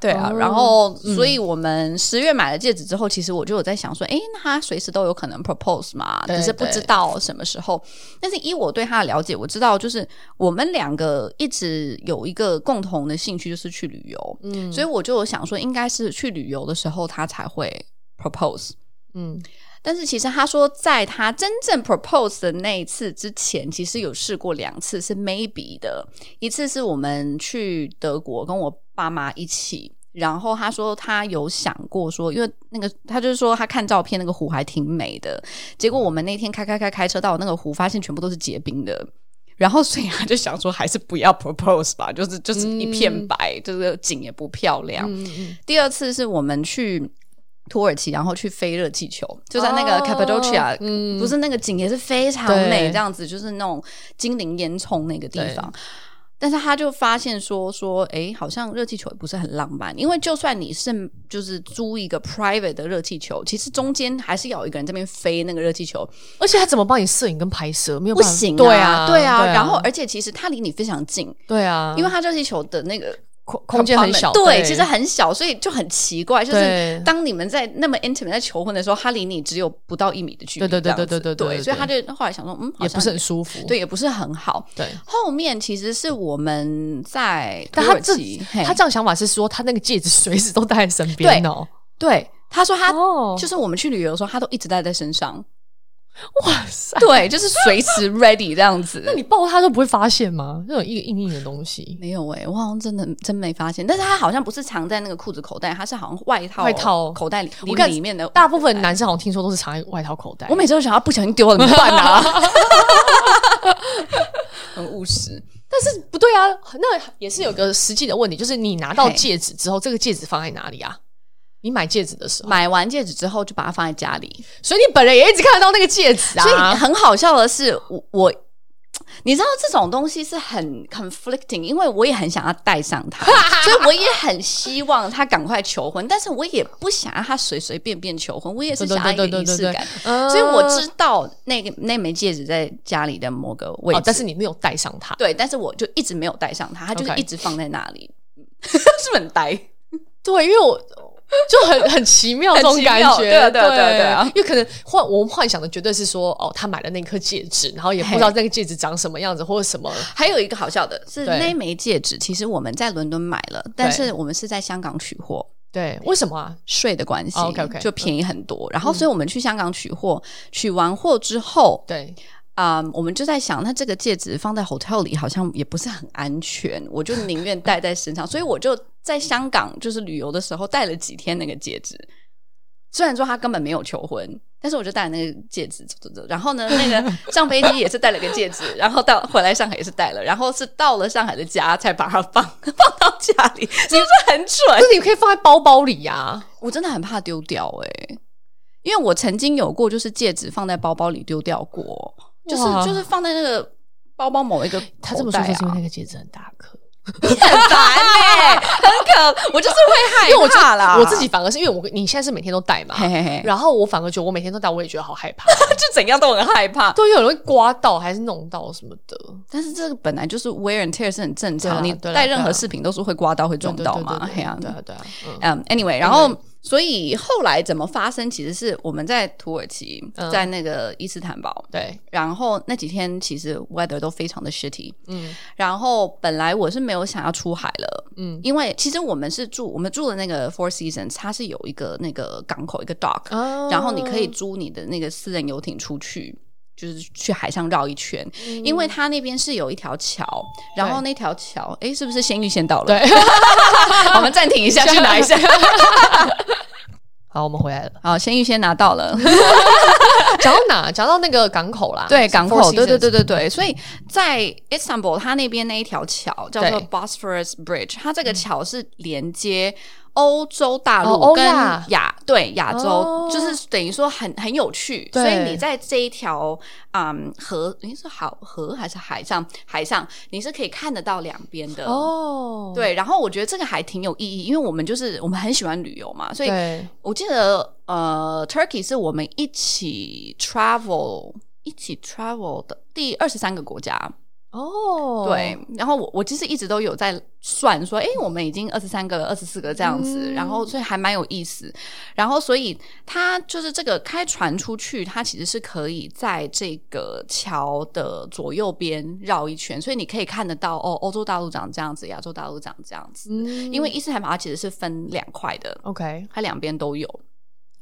[SPEAKER 2] 对啊
[SPEAKER 1] 哦，
[SPEAKER 2] 然后，所以我们十月买了戒指之后，其实我就有在想说，诶，那他随时都有可能 propose 嘛，
[SPEAKER 1] 对
[SPEAKER 2] 只是不知道什么时候。但是以我对他的了解，我知道就是我们两个一直有一个共同的兴趣，就是去旅游。
[SPEAKER 1] 嗯
[SPEAKER 2] 所以我就有想说，应该是去旅游的时候他才会 propose。
[SPEAKER 1] 嗯，
[SPEAKER 2] 但是其实他说，在他真正 propose 的那一次之前，其实有试过两次是 maybe 的，一次是我们去德国跟我爸妈一起，然后他说他有想过说，因为那个他就是说他看照片那个湖还挺美的，结果我们那天开开开开车到那个湖，发现全部都是结冰的。然后，所以他就想说，还是不要 propose 吧，就是就是一片白，就是景也不漂亮。
[SPEAKER 1] 嗯嗯
[SPEAKER 2] 第二次是我们去土耳其，然后去飞热气球，就在那个
[SPEAKER 1] 哦
[SPEAKER 2] Cappadocia，、
[SPEAKER 1] 嗯
[SPEAKER 2] 不是那个景也是非常
[SPEAKER 1] 对
[SPEAKER 2] 美，这样子就是那种精灵烟囱那个地方。但是他就发现说说，诶，好像热气球也不是很浪漫，因为就算你是就是租一个 private 的热气球，其实中间还是要有一个人在那边飞那个热气球，
[SPEAKER 1] 而且他怎么帮你摄影跟拍摄？没有
[SPEAKER 2] 不
[SPEAKER 1] 办法
[SPEAKER 2] 行、
[SPEAKER 1] 对
[SPEAKER 2] 啊，
[SPEAKER 1] 对
[SPEAKER 2] 啊。然后
[SPEAKER 1] 而
[SPEAKER 2] 而且其实它离你非常近，
[SPEAKER 1] 对啊，
[SPEAKER 2] 因为它热气球的那个
[SPEAKER 1] 空空间很小，
[SPEAKER 2] compartment- 对，
[SPEAKER 1] 对，
[SPEAKER 2] 其实很小，所以就很奇怪，就是
[SPEAKER 1] 对
[SPEAKER 2] 当你们在那么 intimate 在求婚的时候，他离你只有不到一米的距离这
[SPEAKER 1] 对
[SPEAKER 2] 样
[SPEAKER 1] 对
[SPEAKER 2] 子，
[SPEAKER 1] 对对对对对
[SPEAKER 2] 所以他就后来想说，嗯，好
[SPEAKER 1] 也
[SPEAKER 2] 像
[SPEAKER 1] 不是很舒服，
[SPEAKER 2] 对，也不是很好。
[SPEAKER 1] 对。
[SPEAKER 2] 后面其实是我们在土
[SPEAKER 1] 但他
[SPEAKER 2] 耳
[SPEAKER 1] 自
[SPEAKER 2] 其
[SPEAKER 1] 己，
[SPEAKER 2] 嘿
[SPEAKER 1] 他这样想法是说，他那个戒指随时都带在身边哦。
[SPEAKER 2] 对他说他
[SPEAKER 1] 哦
[SPEAKER 2] 就是我们去旅游的时候，他都一直带在身上，
[SPEAKER 1] 哇塞！
[SPEAKER 2] 对，就是随时 ready 这样子。
[SPEAKER 1] 那你抱他都不会发现吗？那种硬硬硬的东西，
[SPEAKER 2] 没有诶、我好像真的真没发现，但是他好像不是藏在那个裤子口袋，他是好像外套
[SPEAKER 1] 外套
[SPEAKER 2] 口袋里
[SPEAKER 1] 我看
[SPEAKER 2] 里面的。
[SPEAKER 1] 大部分男生好像听说都是藏在外套口袋。
[SPEAKER 2] 我每次都想要不小心丢了怎么办啊？ [laughs] 很务实，
[SPEAKER 1] 不对啊，那也是有个实际的问题，就是你拿到
[SPEAKER 2] 嘿
[SPEAKER 1] 戒指之后，这个戒指放在哪里啊？你买戒指的时候，
[SPEAKER 2] 买完戒指之后就把它放在家里，
[SPEAKER 1] 所以你本人也一直看得到那个戒指啊。
[SPEAKER 2] 所以很好笑的是，我我你知道这种东西是很 conflicting，因为我也很想要戴上
[SPEAKER 1] [laughs]
[SPEAKER 2] 它，所以我也很希望他赶快求婚，但是我也不想让他随随便便求婚，我也是
[SPEAKER 1] 对
[SPEAKER 2] 想要
[SPEAKER 1] 对
[SPEAKER 2] 一个
[SPEAKER 1] 对
[SPEAKER 2] 仪
[SPEAKER 1] 对对
[SPEAKER 2] 式
[SPEAKER 1] 对
[SPEAKER 2] 感，，
[SPEAKER 1] 嗯
[SPEAKER 2] 所以我知道那个那枚戒指在家里的某个位置，
[SPEAKER 1] 哦，但是你没有戴上它。
[SPEAKER 2] 对，但是我就一直没有戴上它，它就是
[SPEAKER 1] OK
[SPEAKER 2] 一直放在那里， [laughs] 是不是很呆？
[SPEAKER 1] 对，因为我就很 [laughs] 很奇妙这
[SPEAKER 2] 很
[SPEAKER 1] 种
[SPEAKER 2] 奇
[SPEAKER 1] 感
[SPEAKER 2] 妙
[SPEAKER 1] 觉，
[SPEAKER 2] 对啊对啊对啊对啊
[SPEAKER 1] 因为可能幻我们幻想的绝对是说，哦，他买了那颗戒指，然后也不知道那个戒指长什么样子或者什么，
[SPEAKER 2] 还有一个好笑的是，
[SPEAKER 1] 对
[SPEAKER 2] 那枚戒指其实我们在伦敦买了，但是我们是在香港取货，
[SPEAKER 1] 对，为什么啊？
[SPEAKER 2] 税的关系、
[SPEAKER 1] 哦，OK，OK
[SPEAKER 2] 就便宜很多。然后，所以我们去香港取货，取完货之后，
[SPEAKER 1] 对，
[SPEAKER 2] 啊、我们就在想，那这个戒指放在 hotel 里好像也不是很安全，我就宁愿戴在身上，所以我就在香港就是旅游的时候戴了几天那个戒指。虽然说他根本没有求婚，但是我就戴了那个戒指，走走走。然
[SPEAKER 1] [laughs]
[SPEAKER 2] 后呢，那个上飞机也是戴了个戒指，然后到回来上海也是戴了，然后是到了上海的家才把它放 [laughs] 放到家里，是不是很蠢？
[SPEAKER 1] 那你可以放在包包里啊呀、
[SPEAKER 2] 我真的很怕丢掉哎、因为我曾经有过就是戒指放在包包里丢掉过，就是
[SPEAKER 1] 哇
[SPEAKER 2] 就是放在那个包包某一个
[SPEAKER 1] 他这么
[SPEAKER 2] 口
[SPEAKER 1] 说
[SPEAKER 2] 袋
[SPEAKER 1] 就是因为
[SPEAKER 2] 啊，
[SPEAKER 1] 那个戒指很大颗，
[SPEAKER 2] 很烦哎、很可，我就是会害怕
[SPEAKER 1] 因为我就
[SPEAKER 2] 啦，
[SPEAKER 1] 我自己反而是因为我你现在是每天都戴嘛，
[SPEAKER 2] 啊嘿嘿嘿，
[SPEAKER 1] 然后我反而觉得我每天都戴，我也觉得好害怕，
[SPEAKER 2] [laughs] 就怎样都很害怕。
[SPEAKER 1] 对，有人会刮到还是弄到什么的，
[SPEAKER 2] 但是这个本来就是 wear and tear 是很正
[SPEAKER 1] 对
[SPEAKER 2] 常，
[SPEAKER 1] 啦
[SPEAKER 2] 你
[SPEAKER 1] 对啦
[SPEAKER 2] 戴任
[SPEAKER 1] 对
[SPEAKER 2] 何
[SPEAKER 1] 啦
[SPEAKER 2] 饰品都是会刮到会
[SPEAKER 1] 对
[SPEAKER 2] 撞到嘛，
[SPEAKER 1] 对
[SPEAKER 2] 嘿
[SPEAKER 1] 对
[SPEAKER 2] 啊
[SPEAKER 1] 对，对啊对啊，嗯
[SPEAKER 2] 嗯，anyway，然后所以后来怎么发生，其实是我们在土耳其，
[SPEAKER 1] 嗯
[SPEAKER 2] 在那个伊斯坦堡，
[SPEAKER 1] 对，
[SPEAKER 2] 然后那几天其实 weather 都非常的 shitty，
[SPEAKER 1] 嗯
[SPEAKER 2] 然后本来我是没有想要出海了，
[SPEAKER 1] 嗯
[SPEAKER 2] 因为其实我们是住我们住的那个 Four Seasons，它是有一个那个港口一个 dock，、
[SPEAKER 1] 啊
[SPEAKER 2] [laughs] 然后你可以租你的那个私人游艇出去。就是去海上绕一圈，
[SPEAKER 1] 嗯
[SPEAKER 2] 因为它那边是有一条桥，然后那条桥，诶，是不是先预先到了？
[SPEAKER 1] 对，
[SPEAKER 2] [laughs] 我们暂停一下，去拿
[SPEAKER 1] [laughs]
[SPEAKER 2] 一下。
[SPEAKER 1] 好，我们回来了。
[SPEAKER 2] 好，先预先拿到了。
[SPEAKER 1] 讲到哪？讲到那个港口啦，
[SPEAKER 2] 对港
[SPEAKER 1] 啊 Four
[SPEAKER 2] 口，
[SPEAKER 1] Seasons
[SPEAKER 2] 对对对对对，所以在 Istanbul 它那边那一条桥叫做
[SPEAKER 1] 对嗯
[SPEAKER 2] Bosphorus Bridge，它这个桥是连接欧洲大
[SPEAKER 1] 哦
[SPEAKER 2] 陆
[SPEAKER 1] 欧
[SPEAKER 2] 跟
[SPEAKER 1] 亚
[SPEAKER 2] 亚对亚洲，
[SPEAKER 1] 哦
[SPEAKER 2] 就是等于说很很有趣。
[SPEAKER 1] 对
[SPEAKER 2] 所以你在这一条嗯河，你是好河还是海上？海上你是可以看得到两边的。
[SPEAKER 1] 哦，
[SPEAKER 2] 对，然后我觉得这个还挺有意义，因为我们就是我们很喜欢旅游嘛，所以
[SPEAKER 1] 对
[SPEAKER 2] 我记得呃，Turkey 是我们一起 travel 一起 travel 的第二十三个国家，
[SPEAKER 1] 哦，
[SPEAKER 2] 对。然后我我其实一直都有在算说，诶，我们已经二十三个、二十四个这样子，
[SPEAKER 1] 嗯
[SPEAKER 2] 然后所以还蛮有意思。然后所以它就是这个开船出去，它其实是可以在这个桥的左右边绕一圈，所以你可以看得到哦，欧洲大陆长这样子，亚洲大陆长这样子。
[SPEAKER 1] 嗯
[SPEAKER 2] 因为伊斯坦堡它其实是分两块的，
[SPEAKER 1] OK，
[SPEAKER 2] 它两边都有。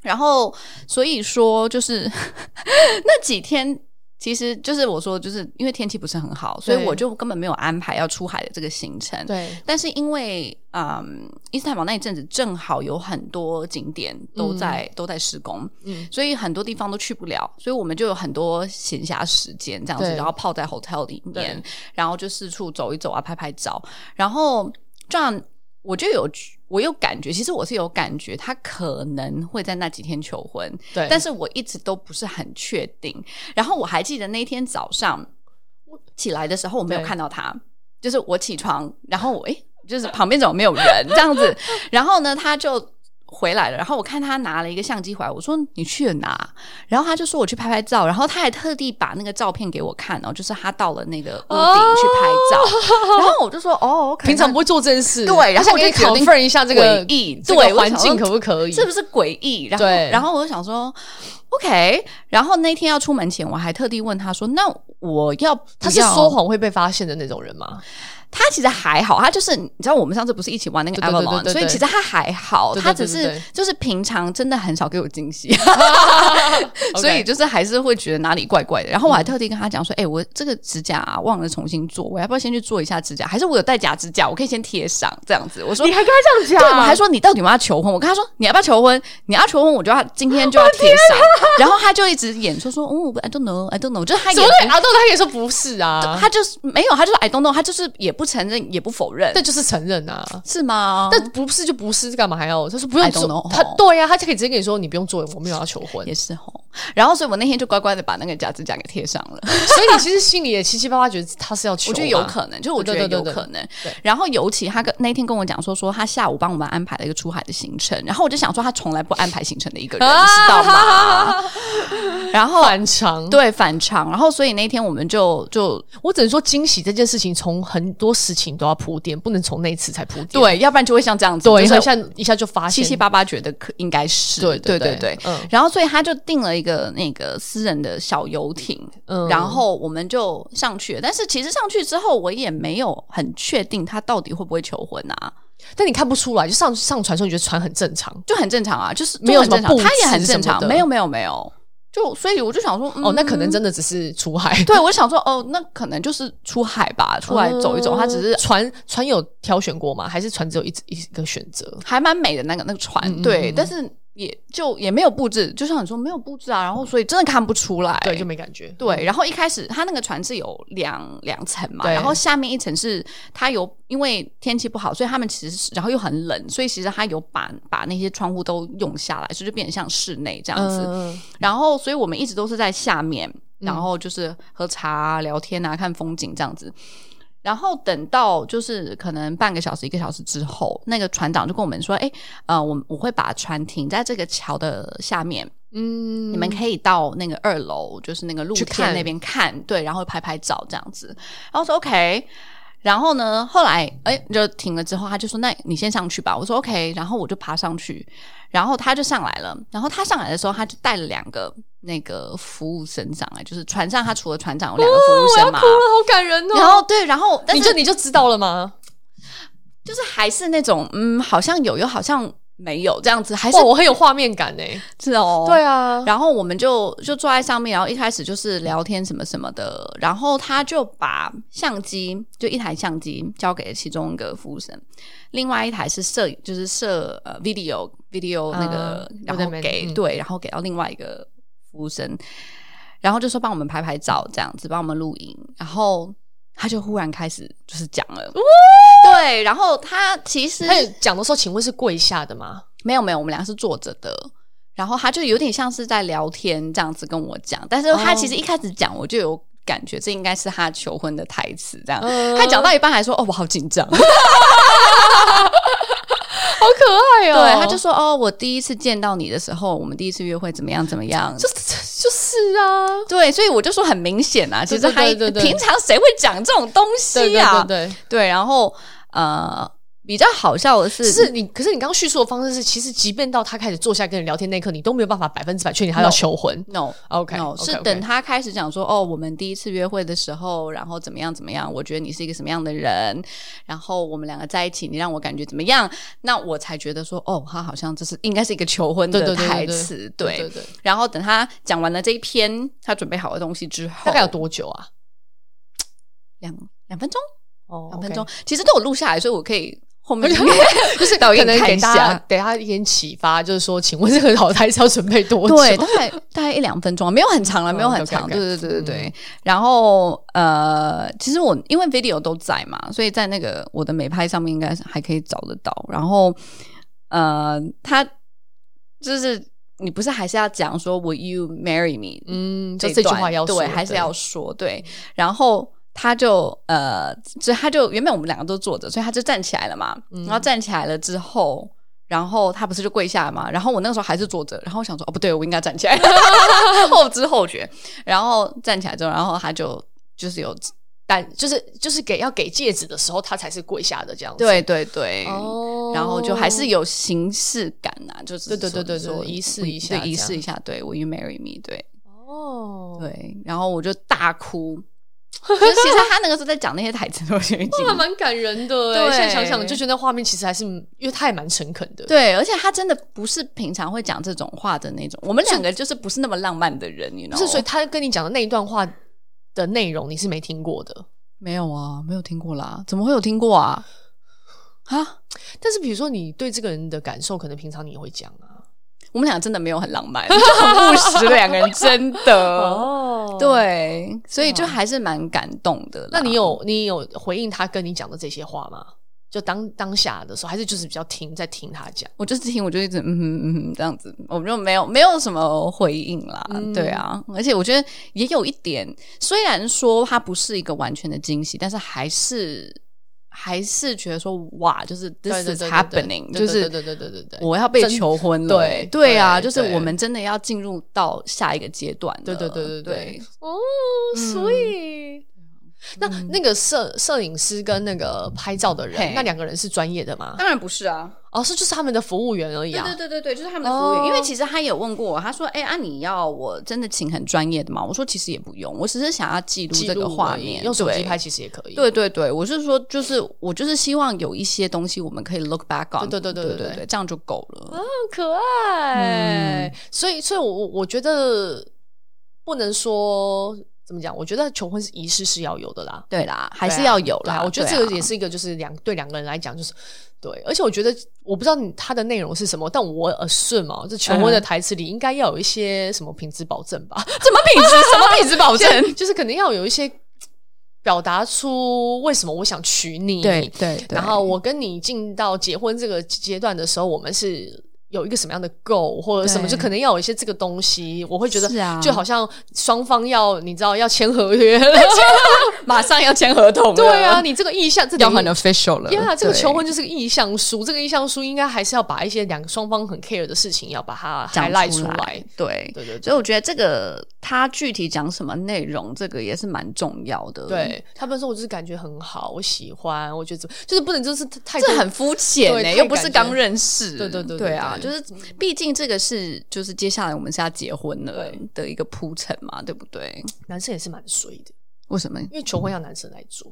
[SPEAKER 2] 然后，所以说就是 [laughs] 那几天其实就是我说，就是因为天气不是很好，所以
[SPEAKER 1] 对
[SPEAKER 2] 我就根本没有安排要出海的这个行程。
[SPEAKER 1] 对，
[SPEAKER 2] 但是因为嗯，伊斯坦堡那一阵子正好有很多景点都在、都在施工，
[SPEAKER 1] 嗯
[SPEAKER 2] 所以很多地方都去不了，所以我们就有很多闲暇时间这样子，
[SPEAKER 1] 对
[SPEAKER 2] 然后泡在 hotel 里面
[SPEAKER 1] 对，
[SPEAKER 2] 然后就四处走一走啊，拍拍照，然后这样我就有我有感觉，其实我是有感觉，他可能会在那几天求婚，
[SPEAKER 1] 对，
[SPEAKER 2] 但是我一直都不是很确定。然后我还记得那天早上我起来的时候，我没有
[SPEAKER 1] 对
[SPEAKER 2] 看到他，就是我起床，然后我诶，就是旁边怎么没有人这样子？ [laughs] 然后呢，他就回来了，然后我看他拿了一个相机回来，我说你去了哪？然后他就说我去拍拍照，然后他还特地把那个照片给我看哦，就是他到了那个屋顶去拍照，然后我就说哦
[SPEAKER 1] [laughs]
[SPEAKER 2] ，OK，
[SPEAKER 1] 平常
[SPEAKER 2] 那
[SPEAKER 1] 不会做这件事，
[SPEAKER 2] 对然后
[SPEAKER 1] 我
[SPEAKER 2] 我
[SPEAKER 1] 可以
[SPEAKER 2] 就决定
[SPEAKER 1] confirm 一下这个
[SPEAKER 2] 诡异
[SPEAKER 1] 这
[SPEAKER 2] 对
[SPEAKER 1] 个
[SPEAKER 2] 我
[SPEAKER 1] 环
[SPEAKER 2] 想
[SPEAKER 1] 境
[SPEAKER 2] 说
[SPEAKER 1] 可不可以？
[SPEAKER 2] 是不是诡异？然后，
[SPEAKER 1] 对
[SPEAKER 2] 然后我就想说，OK。然后那天要出门前，我还特地问他说：“那我要不
[SPEAKER 1] 他是
[SPEAKER 2] 要
[SPEAKER 1] 说？谎会被发现的那种人吗？
[SPEAKER 2] 他其实还好，他就是你知道，我们上次不是一起玩那个
[SPEAKER 1] 对对对
[SPEAKER 2] Avalon，
[SPEAKER 1] 对对对
[SPEAKER 2] 所以其实他还好，
[SPEAKER 1] 对对
[SPEAKER 2] 他只
[SPEAKER 1] 对对
[SPEAKER 2] 是
[SPEAKER 1] 对
[SPEAKER 2] 就是平常真的很少给我惊
[SPEAKER 1] [laughs]
[SPEAKER 2] 喜，[laughs]
[SPEAKER 1] OK
[SPEAKER 2] 所以就是还是会觉得哪里怪怪的。然后我还特地跟他讲说：“哎、我这个指甲、啊、忘了重新做，我要不要先去做一下指甲？还是我有带假指甲，我可以先贴上这样子？”我说：“
[SPEAKER 1] 你还跟他这样
[SPEAKER 2] 对，啊
[SPEAKER 1] 讲？
[SPEAKER 2] 我还说你到底有没有要求婚？我跟他说你要不要求婚？你要求婚，我就要今天就要贴
[SPEAKER 1] [laughs]
[SPEAKER 2] 上。然后他就一直演出说，哦、i don't know，I don't know，就是他
[SPEAKER 1] 怎
[SPEAKER 2] 也
[SPEAKER 1] 么会阿豆他可以说不是啊？
[SPEAKER 2] 他就是没有，他就是 I don't know，他就是也不承认，也不否认，
[SPEAKER 1] 这就是承认啊。
[SPEAKER 2] 是吗？
[SPEAKER 1] 但不是就不是，干嘛还要？他说不用
[SPEAKER 2] I don't
[SPEAKER 1] 做
[SPEAKER 2] know，
[SPEAKER 1] 他
[SPEAKER 2] 吼
[SPEAKER 1] 对呀、他就可以直接跟你说你不用做，我没有要求婚。
[SPEAKER 2] 也是吼。然后所以我那天就乖乖的把那个假指甲给贴上
[SPEAKER 1] [laughs]
[SPEAKER 2] 了。
[SPEAKER 1] 所以你其实心里也七七八八觉得他是要求啊
[SPEAKER 2] 我
[SPEAKER 1] 嘛，
[SPEAKER 2] 觉得有可能，就是我觉
[SPEAKER 1] 对
[SPEAKER 2] 得
[SPEAKER 1] 对
[SPEAKER 2] 有
[SPEAKER 1] 对对
[SPEAKER 2] 可能
[SPEAKER 1] 对。
[SPEAKER 2] 然后尤其他跟那天跟我讲说，说他下午帮我们安排了一个出海的行程，然后我就想说他从来不安排行程的一个
[SPEAKER 1] [laughs]
[SPEAKER 2] 人，你知道吗？然后
[SPEAKER 1] 反常。
[SPEAKER 2] 对反常，然后所以那天我们就就
[SPEAKER 1] 我只能说惊喜这件事情，从很多事情都要铺垫，不能从那一次才铺垫。
[SPEAKER 2] 对，要不然就会像这样子，
[SPEAKER 1] 对，
[SPEAKER 2] 就
[SPEAKER 1] 一
[SPEAKER 2] 是
[SPEAKER 1] 下一下就发
[SPEAKER 2] 七
[SPEAKER 1] 现
[SPEAKER 2] 七八八觉得可应该是，
[SPEAKER 1] 对
[SPEAKER 2] 对
[SPEAKER 1] 对
[SPEAKER 2] 对
[SPEAKER 1] 对嗯
[SPEAKER 2] 然后所以他就订了一个那个私人的小游艇，
[SPEAKER 1] 嗯
[SPEAKER 2] 然后我们就上去了。但是其实上去之后，我也没有很确定他到底会不会求婚啊，
[SPEAKER 1] 但你看不出来，就上上船的时候你觉得船很正常。
[SPEAKER 2] 就很正常啊，就是
[SPEAKER 1] 没有
[SPEAKER 2] 就很
[SPEAKER 1] 什
[SPEAKER 2] 正常，
[SPEAKER 1] 么布置
[SPEAKER 2] 他也很正
[SPEAKER 1] 什
[SPEAKER 2] 常，
[SPEAKER 1] 么的
[SPEAKER 2] 没有没有没有，就所以我就想说，嗯、
[SPEAKER 1] 哦，那可能。真的只是出海，
[SPEAKER 2] 对，我想说，哦，那可能就是出海吧，出来走一走。他只是
[SPEAKER 1] 船船有挑选过吗？还是船只有一一个选择？
[SPEAKER 2] 还蛮美的那个那个船，
[SPEAKER 1] 嗯嗯
[SPEAKER 2] 对，
[SPEAKER 1] 嗯
[SPEAKER 2] 但是也就也没有布置，就像你说没有布置啊，然后所以真的看不出来，
[SPEAKER 1] 对，就没感觉。
[SPEAKER 2] 对然后一开始它那个船是有两两层嘛，
[SPEAKER 1] 对
[SPEAKER 2] 然后下面一层是它有因为天气不好，所以他们其实是然后又很冷，所以其实它有把把那些窗户都用下来，所以就变得像室内这样子。
[SPEAKER 1] 嗯，
[SPEAKER 2] 然后，所以我们一直都是在下面，然后就是喝茶、啊、聊天啊、看风景这样子。然后等到就是可能半个小时、一个小时之后，那个船长就跟我们说：“哎，呃，我我会把船停在这个桥的下面，
[SPEAKER 1] 嗯
[SPEAKER 2] 你们可以到那个二楼，就是那个露
[SPEAKER 1] 去
[SPEAKER 2] 天
[SPEAKER 1] 看
[SPEAKER 2] 那边看，对，然后拍拍照这样子。”然后说 OK。然后呢？后来，哎，就停了之后，他就说：“那你先上去吧。”我说：“OK。”然后我就爬上去，然后他就上来了。然后他上来的时候，他就带了两个那个服务生上来，就是船上他除了船长有两个服务生嘛。
[SPEAKER 1] 好感人
[SPEAKER 2] 然后对，然后哦但
[SPEAKER 1] 哦你
[SPEAKER 2] 是
[SPEAKER 1] 就你就知道了吗？
[SPEAKER 2] 就是还是那种嗯，好像有又好像没有这样子，还是
[SPEAKER 1] 哇，我很有画面感哎。
[SPEAKER 2] 是哦，
[SPEAKER 1] 对啊，
[SPEAKER 2] 然后我们就就坐在上面，然后一开始就是聊天什么什么的，然后他就把相机就一台相机交给其中一个服务生，另外一台是摄影，就是摄呃 video video 嗯那个，
[SPEAKER 1] 啊
[SPEAKER 2] 然后
[SPEAKER 1] video man，
[SPEAKER 2] 给、
[SPEAKER 1] 嗯
[SPEAKER 2] 对，然后给到另外一个服务生，然后就说帮我们拍拍照这样子，帮我们录影，然后他就忽然开始就是讲了，对，然后他其实
[SPEAKER 1] 他有讲的时候，请问是跪下的吗？
[SPEAKER 2] 没有没有，我们俩是坐着的。然后他就有点像是在聊天这样子跟我讲，但是他
[SPEAKER 1] 哦
[SPEAKER 2] 其实一开始讲我就有感觉，这应该是他求婚的台词这样。
[SPEAKER 1] 嗯
[SPEAKER 2] 他讲到一半还说：“哦，我好
[SPEAKER 1] [laughs]
[SPEAKER 2] 紧张。”
[SPEAKER 1] 好可爱
[SPEAKER 2] 对，他
[SPEAKER 1] 就
[SPEAKER 2] 就说：“哦，我第一次见到你的时候，我们第一次约会怎么样怎么样。”
[SPEAKER 1] [laughs] 就 [laughs] 就是啊，
[SPEAKER 2] 对，所以我就说很明显啊，其实
[SPEAKER 1] 对对
[SPEAKER 2] 他
[SPEAKER 1] 对对对
[SPEAKER 2] 平常谁会讲这种东
[SPEAKER 1] 对
[SPEAKER 2] 西
[SPEAKER 1] 对
[SPEAKER 2] 啊？
[SPEAKER 1] 对对，
[SPEAKER 2] 对，然后呃，比较好笑的是，
[SPEAKER 1] 是你，可是你刚刚叙述的方式是，其实即便到他开始坐下来跟你聊天那一刻，你都没有办法百分之百确定他要求婚。
[SPEAKER 2] no
[SPEAKER 1] OK，
[SPEAKER 2] no，
[SPEAKER 1] OK，
[SPEAKER 2] 是
[SPEAKER 1] OK
[SPEAKER 2] 等他开始讲说哦，我们第一次约会的时候，然后怎么样怎么样，我觉得你是一个什么样的人，然后我们两个在一起，你让我感觉怎么样，那我才觉得说哦，他好像这是应该是一个求婚
[SPEAKER 1] 对
[SPEAKER 2] 的
[SPEAKER 1] 对对对
[SPEAKER 2] 台
[SPEAKER 1] 对
[SPEAKER 2] 词，
[SPEAKER 1] 对对，
[SPEAKER 2] 然后等他讲完了这一篇他准备好的东西之后，
[SPEAKER 1] 大概有多久啊？
[SPEAKER 2] 两两分钟，
[SPEAKER 1] 哦
[SPEAKER 2] 两分钟，其实都有录下来，所以我可以后面
[SPEAKER 1] [laughs]
[SPEAKER 2] 就是导
[SPEAKER 1] 可
[SPEAKER 2] 演
[SPEAKER 1] 能
[SPEAKER 2] 看
[SPEAKER 1] 给
[SPEAKER 2] 一
[SPEAKER 1] 大家
[SPEAKER 2] 下。
[SPEAKER 1] 给他一点启发，就是说，请问这个老太是要准备多久？哦
[SPEAKER 2] 对，大
[SPEAKER 1] [laughs]
[SPEAKER 2] 概大概一两分钟，没有很长了，没有很长。
[SPEAKER 1] OK，OK，OK
[SPEAKER 2] 对对对对对。然后呃，其实我因为 video 都在嘛，所以在那个我的美拍上面应该是还可以找得到。然后呃，他就是你不是还是要讲说 Will you marry me？
[SPEAKER 1] 嗯，就
[SPEAKER 2] 这
[SPEAKER 1] 这句
[SPEAKER 2] 段
[SPEAKER 1] 话要说
[SPEAKER 2] 对，还是要说对。然后他就呃，所以他就原本我们两个都坐着，所以他就站起来了嘛。
[SPEAKER 1] 嗯
[SPEAKER 2] 然后站起来了之后，然后他不是就跪下嘛？然后我那个时候还是坐着，然后我想说哦不对，我应该
[SPEAKER 1] [laughs]
[SPEAKER 2] 站起来，后知后觉。然后站起来之后，然后他就就是有
[SPEAKER 1] 但就是就是给要给戒指的时候，他才是跪下的这样子。嗯
[SPEAKER 2] 对对对。
[SPEAKER 1] 哦，
[SPEAKER 2] 然后就还是有形式感呐、就是
[SPEAKER 1] 对对对对
[SPEAKER 2] 说
[SPEAKER 1] 对
[SPEAKER 2] 说
[SPEAKER 1] 仪式一下
[SPEAKER 2] 对仪式
[SPEAKER 1] 这样
[SPEAKER 2] 一下，对，Will you marry me？对，
[SPEAKER 1] 哦，
[SPEAKER 2] 对，然后我就大哭。 [laughs] 就是其实他那个时候在讲那些台词，我就已经
[SPEAKER 1] 还蛮感人的
[SPEAKER 2] 对
[SPEAKER 1] 欸。现在想想就觉得那画面其实还是，因为他也蛮诚恳的。
[SPEAKER 2] 对，而且他真的不是平常会讲这种话的那种。我们两个就是不是那么浪漫的人，你知
[SPEAKER 1] 不
[SPEAKER 2] 道
[SPEAKER 1] 是，所以他跟你讲的那一段话的内容，你是没听过的。
[SPEAKER 2] 没有啊，没有听过啦，怎么会有听过啊？啊，
[SPEAKER 1] 但是比如说，你对这个人的感受，可能平常你也会讲啊。
[SPEAKER 2] 我们俩真的没有很浪漫， [laughs] 就很务实的两个人，真的。
[SPEAKER 1] [laughs] 哦，
[SPEAKER 2] 对，所以就还是蛮感动的啦。
[SPEAKER 1] 那你有你有回应他跟你讲的这些话吗？就当当下的时候，还是就是比较听在听他讲。
[SPEAKER 2] 我就是听，我就一直嗯哼嗯哼这样子，我就没有没有什么回应啦，
[SPEAKER 1] 嗯
[SPEAKER 2] 对啊，而且我觉得也有一点，虽然说它不是一个完全的惊喜，但是还是还是觉得说哇，就是
[SPEAKER 1] 对
[SPEAKER 2] this is
[SPEAKER 1] 对对对
[SPEAKER 2] happening，
[SPEAKER 1] 对
[SPEAKER 2] 就
[SPEAKER 1] 对
[SPEAKER 2] 是
[SPEAKER 1] 对对对对对对
[SPEAKER 2] 我要被
[SPEAKER 1] 真
[SPEAKER 2] 求婚了，
[SPEAKER 1] 对
[SPEAKER 2] 对啊，
[SPEAKER 1] 对
[SPEAKER 2] 就是
[SPEAKER 1] 对
[SPEAKER 2] 我们真的要进入到下一个阶段了，
[SPEAKER 1] 对对对对
[SPEAKER 2] 对
[SPEAKER 1] 对，啊哦，所以。那那个摄摄影师跟那个拍照的
[SPEAKER 2] 嘿
[SPEAKER 1] 人，那两个人是专业的吗？
[SPEAKER 2] 当然不是啊，
[SPEAKER 1] 哦，是就是他们的服务员而已啊。
[SPEAKER 2] 对对对对对，就是他们的服务员。
[SPEAKER 1] 哦
[SPEAKER 2] 因为其实他有问过我，他说：“哎、啊，你要我真的请很专业的吗？”我说：“其实也不用，我只是想要记录
[SPEAKER 1] 记
[SPEAKER 2] 这
[SPEAKER 1] 录
[SPEAKER 2] 个画
[SPEAKER 1] 而已
[SPEAKER 2] 面，
[SPEAKER 1] 用手机
[SPEAKER 2] 对
[SPEAKER 1] 拍。其实也可”以。
[SPEAKER 2] 对对对，我是说，就是我就是希望有一些东西我们可以 look back on，
[SPEAKER 1] 对对对
[SPEAKER 2] 对啊
[SPEAKER 1] 对
[SPEAKER 2] 对
[SPEAKER 1] 对
[SPEAKER 2] 这样就够了。
[SPEAKER 1] 很可爱。所以，所以我我我觉得不能说怎么讲，我觉得求婚是仪式是要有的啦，
[SPEAKER 2] 对啦，还
[SPEAKER 1] 对啊
[SPEAKER 2] 是要有
[SPEAKER 1] 对
[SPEAKER 2] 啦。
[SPEAKER 1] 啊我觉得
[SPEAKER 2] 对
[SPEAKER 1] 这
[SPEAKER 2] 啊
[SPEAKER 1] 个也是一个，就是两对两个人来讲，就是对。而且我觉得，我不知道你他的内容是什么，但我 assume 哦，这求婚的台词里应该要有一些什么品质保证吧？
[SPEAKER 2] 怎么
[SPEAKER 1] [laughs]
[SPEAKER 2] 品质， [laughs] 什么品质保证？
[SPEAKER 1] 就是肯定要有一些表达出为什么我想娶你。
[SPEAKER 2] 对对对，
[SPEAKER 1] 然后我跟你进到结婚这个阶段的时候，我们是有一个什么样的 goal 或者什么，
[SPEAKER 2] 对
[SPEAKER 1] 就可能要有一些这个东西，我会觉
[SPEAKER 2] 是
[SPEAKER 1] 得
[SPEAKER 2] 啊
[SPEAKER 1] 就好像双方要你知道要签合
[SPEAKER 2] [laughs]
[SPEAKER 1] 约，
[SPEAKER 2] 马上要签合同了，
[SPEAKER 1] 对啊，你这个意向这个
[SPEAKER 2] 要很 official 了。
[SPEAKER 1] 呀这个
[SPEAKER 2] 对
[SPEAKER 1] 求婚就是个意向书，这个意向书应该还是要把一些两个双方很 care 的事情要把它
[SPEAKER 2] 讲
[SPEAKER 1] highlight
[SPEAKER 2] 出
[SPEAKER 1] 出
[SPEAKER 2] 来
[SPEAKER 1] 来，，
[SPEAKER 2] 对。
[SPEAKER 1] 对对对
[SPEAKER 2] 所以我觉得这个他具体讲什么内容，这个也是蛮重要的。，
[SPEAKER 1] 对他们说，我就是感觉很好，我喜欢，我觉得怎么就是不能就是太
[SPEAKER 2] 这
[SPEAKER 1] 多
[SPEAKER 2] 很肤浅
[SPEAKER 1] 对
[SPEAKER 2] 呢，
[SPEAKER 1] 太
[SPEAKER 2] 又不是
[SPEAKER 1] 感觉
[SPEAKER 2] 刚认识。
[SPEAKER 1] 对对对
[SPEAKER 2] 对
[SPEAKER 1] 对
[SPEAKER 2] 啊，就
[SPEAKER 1] 对
[SPEAKER 2] 是毕竟这个是就是接下来我们是要结婚了
[SPEAKER 1] 对
[SPEAKER 2] 的一个铺陈嘛，对不对？
[SPEAKER 1] 男生也是蛮衰的，
[SPEAKER 2] 为什么？
[SPEAKER 1] 因为求婚要男生来做，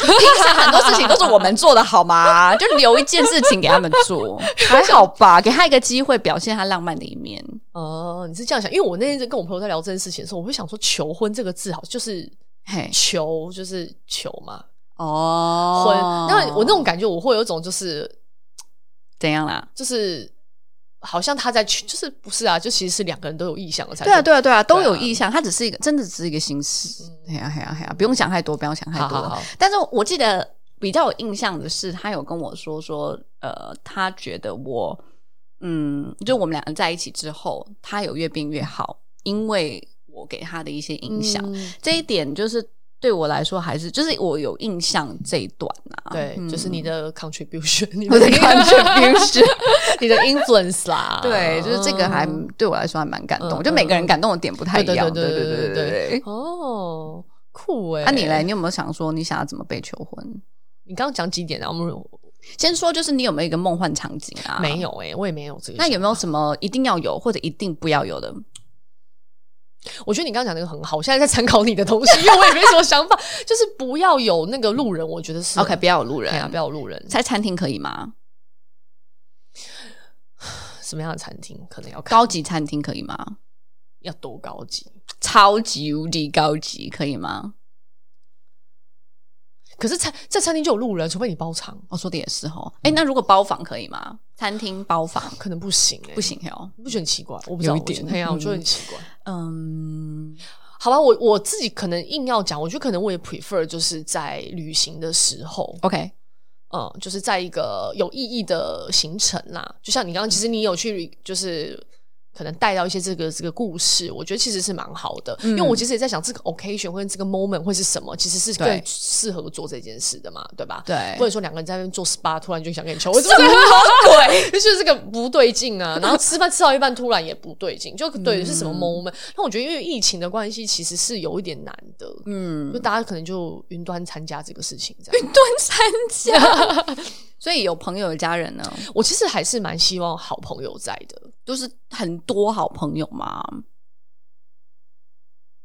[SPEAKER 2] 平常很多事情都是我们做的
[SPEAKER 1] [laughs]
[SPEAKER 2] 好吗？就留一件事情给他们做，还好吧？给他一个机会表现他浪漫的一面。
[SPEAKER 1] 哦，你是这样想？因为我那天在跟我朋友在聊这件事情的时候，我会想说“求婚”这个字好，就是
[SPEAKER 2] 嘿，
[SPEAKER 1] 求，就是求嘛，婚。
[SPEAKER 2] 哦，
[SPEAKER 1] 那我那种感觉，我会有一种就是
[SPEAKER 2] 怎样啦？
[SPEAKER 1] 就是好像他在求，就是不是啊？就其实是两个人都有意向了才
[SPEAKER 2] 对啊，
[SPEAKER 1] 对。
[SPEAKER 2] 对啊，对啊，都
[SPEAKER 1] 对啊嗯
[SPEAKER 2] 有意向，它只是一个，真的只是一个形式。啊嘿呀、嘿呀、嘿呀、不用想太多，不要想啊太多。
[SPEAKER 1] 好好好，
[SPEAKER 2] 但是我记得比较有印象的是，他有跟我说说，呃，他觉得我，嗯，就我们两个在一起之后，他有越变越好，因为我给他的一些影响。
[SPEAKER 1] 嗯
[SPEAKER 2] 这一点就是对我来说，还是就是我有印象这一段啊。
[SPEAKER 1] 对，
[SPEAKER 2] 嗯
[SPEAKER 1] 就是你的 contribution，你 [laughs]
[SPEAKER 2] 我的
[SPEAKER 1] contribution，你的 influence 啦。
[SPEAKER 2] [laughs] 对，就是这个还
[SPEAKER 1] 嗯
[SPEAKER 2] 对我来说还蛮感动，
[SPEAKER 1] 嗯
[SPEAKER 2] 就每个人
[SPEAKER 1] 嗯
[SPEAKER 2] 感动的点不太一
[SPEAKER 1] 对
[SPEAKER 2] 样。
[SPEAKER 1] 对
[SPEAKER 2] 对
[SPEAKER 1] 对
[SPEAKER 2] 对
[SPEAKER 1] 对
[SPEAKER 2] 对嗯对。
[SPEAKER 1] 哦，酷哎。
[SPEAKER 2] 那、你嘞？？你有没有想说你想要怎么被求婚？
[SPEAKER 1] 你刚刚讲几点啊？我们
[SPEAKER 2] 先说就是你有没有一个梦幻场景啊？
[SPEAKER 1] 没。有哎、我也没有这个想法。
[SPEAKER 2] 那有没有什么一定要有或者一定不要有的？
[SPEAKER 1] 我觉得你刚刚讲那个很好，我现在在参考你的东西，因 [laughs] 为我也没什么想法，就是不要有那个路人，我觉得是
[SPEAKER 2] OK，不要有路人
[SPEAKER 1] 对啊，不要有路人，
[SPEAKER 2] 在餐厅可以吗？
[SPEAKER 1] 什么样的餐厅可能要看
[SPEAKER 2] 高级餐厅可以吗？
[SPEAKER 1] 要多高级。
[SPEAKER 2] 超级无敌高级可以吗？
[SPEAKER 1] 可是餐在餐厅就有路人，除非你包场，
[SPEAKER 2] 我说的也是哦。哎、那如果包房可以吗？餐厅包房
[SPEAKER 1] 可能不行哎、
[SPEAKER 2] 不，行哦。
[SPEAKER 1] 你不觉得很奇怪？我不知道，
[SPEAKER 2] 有一点
[SPEAKER 1] 我觉得哎呀，
[SPEAKER 2] 嗯
[SPEAKER 1] 我觉得很奇怪。
[SPEAKER 2] 嗯，
[SPEAKER 1] 好吧，我我自己可能硬要讲，我觉得可能我也 prefer 就是在旅行的时候，
[SPEAKER 2] OK，
[SPEAKER 1] 嗯，就是在一个有意义的行程啦。就像你刚刚，其实你有去，就是可能带到一些这个这个故事，我觉得其实是蛮好的。
[SPEAKER 2] 嗯
[SPEAKER 1] 因为我其实也在想，这个 occasion 或者这个 moment 会是什么，其实是更
[SPEAKER 2] 对
[SPEAKER 1] 适合做这件事的嘛，对吧？
[SPEAKER 2] 对
[SPEAKER 1] 或者说两个人在那边 [laughs] 做 SPA，突然就想跟你 [laughs] 求婚，欸什么鬼？ [laughs] 就是这个不对劲 [laughs] 啊！然后吃饭吃到一半，突然也不对劲，就对是什么 moment？那我觉得因为疫情的关系，其实是有一点难的。
[SPEAKER 2] 嗯，
[SPEAKER 1] 就大家可能就云端参加这个事情，这样。
[SPEAKER 2] 蹲三角。 [laughs] 所以有朋友的家人呢，
[SPEAKER 1] 我其实还是蛮希望好朋友在的，
[SPEAKER 2] 就是很多好朋友嘛。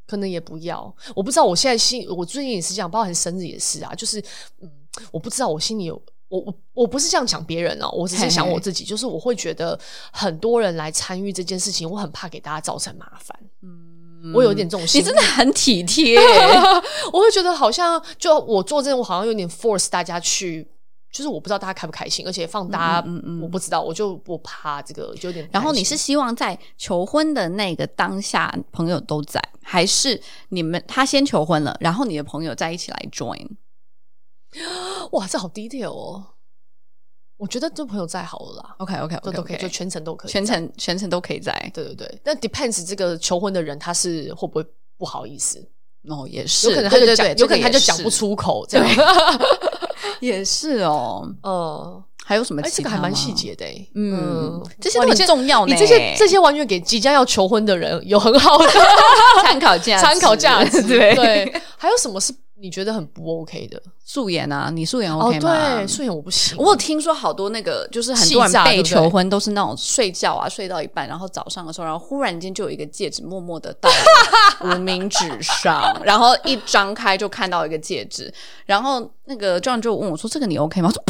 [SPEAKER 1] 可能也不要。我不知道我现在心，我最近也是这样，包含生日也是啊，就是嗯，我不知道我心里有。我我我不是这样讲别人哦，我只是想我自己，就是我会觉得很多人来参与这件事情，我很怕给大家造成麻烦，
[SPEAKER 2] 嗯
[SPEAKER 1] 我有点这种心
[SPEAKER 2] 你
[SPEAKER 1] 理
[SPEAKER 2] 真的很体 [laughs] 贴，
[SPEAKER 1] [laughs] 我会觉得好像就我做这，我好像有点 force 大家去，就是我不知道大家开不开心，而且放大家，
[SPEAKER 2] 嗯嗯嗯
[SPEAKER 1] 我不知道，我就我怕这个就有点担心。
[SPEAKER 2] 然后你是希望在求婚的那个当下朋友都在，还是你们他先求婚了，然后你的朋友再一起来 join？
[SPEAKER 1] 哇，这好 detail 哦。我觉得这朋友在好了啦，
[SPEAKER 2] OK OK
[SPEAKER 1] 都
[SPEAKER 2] OK
[SPEAKER 1] 都可以，就
[SPEAKER 2] OK，
[SPEAKER 1] 全程都可以，
[SPEAKER 2] 全。程全程都可以在。
[SPEAKER 1] 对对对，那 depends 这个求婚的人他是会不会不好意思，
[SPEAKER 2] 哦，也是，
[SPEAKER 1] 有可能他就
[SPEAKER 2] 对对
[SPEAKER 1] 讲
[SPEAKER 2] 对，
[SPEAKER 1] 有可能他就
[SPEAKER 2] 这个也是
[SPEAKER 1] 讲不，出口这
[SPEAKER 2] [laughs]
[SPEAKER 1] 样。
[SPEAKER 2] 也是哦。
[SPEAKER 1] 嗯，
[SPEAKER 2] 还有什么
[SPEAKER 1] 哎，这
[SPEAKER 2] 其
[SPEAKER 1] 个
[SPEAKER 2] 他吗？
[SPEAKER 1] 还蛮细节的欸。
[SPEAKER 2] 嗯，这些
[SPEAKER 1] 哇
[SPEAKER 2] 都
[SPEAKER 1] 你
[SPEAKER 2] 很
[SPEAKER 1] 这
[SPEAKER 2] 重要呢。
[SPEAKER 1] 你这些这些完全给即将要求婚的人有很好
[SPEAKER 2] [laughs]
[SPEAKER 1] 的
[SPEAKER 2] 参考价值
[SPEAKER 1] 参考价值。
[SPEAKER 2] [laughs] 对
[SPEAKER 1] 对，还有什么是你觉得很不 OK 的？
[SPEAKER 2] 素颜啊，你素颜 OK 吗？
[SPEAKER 1] 哦，对，素颜我不行。
[SPEAKER 2] 我有听说好多那个，就是很多
[SPEAKER 1] 气
[SPEAKER 2] 人
[SPEAKER 1] 炸对不
[SPEAKER 2] 被
[SPEAKER 1] 对
[SPEAKER 2] 求婚都是那种睡觉啊，睡到一半，然后早上的时候，然后忽然间就有一个戒指默默的到我无名指上，然后一张开就看到一个戒指，然后那个 John 就问我说：“这个你 OK 吗？”我说：“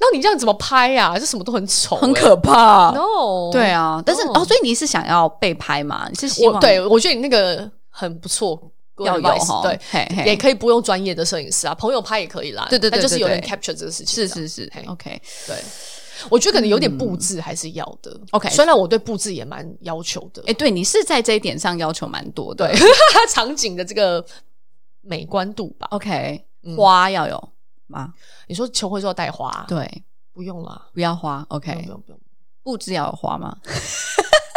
[SPEAKER 1] 那你这样怎么拍呀？这什么都很丑，欸
[SPEAKER 2] 不，很可怕。
[SPEAKER 1] No，
[SPEAKER 2] 对啊，但是
[SPEAKER 1] 哦
[SPEAKER 2] 哦所以你是想要被拍嘛？你是希
[SPEAKER 1] 我
[SPEAKER 2] 望
[SPEAKER 1] 对我觉得你那个很不错，
[SPEAKER 2] 要
[SPEAKER 1] good
[SPEAKER 2] 有
[SPEAKER 1] advice，
[SPEAKER 2] 哈？
[SPEAKER 1] 对。
[SPEAKER 2] 嘿嘿
[SPEAKER 1] 也可以不用专业的摄影师啊，朋友拍也可以啦。
[SPEAKER 2] 对对对
[SPEAKER 1] 但就是有人
[SPEAKER 2] 对
[SPEAKER 1] capture 这个事情。
[SPEAKER 2] 是是是
[SPEAKER 1] 嘿
[SPEAKER 2] ，OK，
[SPEAKER 1] 这样，对。我觉得可能有点布置还是要的。
[SPEAKER 2] OK
[SPEAKER 1] 虽然我对布置也蛮要求的
[SPEAKER 2] 哎、，对你是在这一点上要求蛮多的。
[SPEAKER 1] 对 [laughs] 场景的这个美观度吧。
[SPEAKER 2] ，OK，花要有吗？
[SPEAKER 1] 你说求婚时候带花，啊
[SPEAKER 2] 对，
[SPEAKER 1] 不用啦，
[SPEAKER 2] 不要花。
[SPEAKER 1] 不用
[SPEAKER 2] OK，
[SPEAKER 1] 不用不用，
[SPEAKER 2] 布置要有花吗？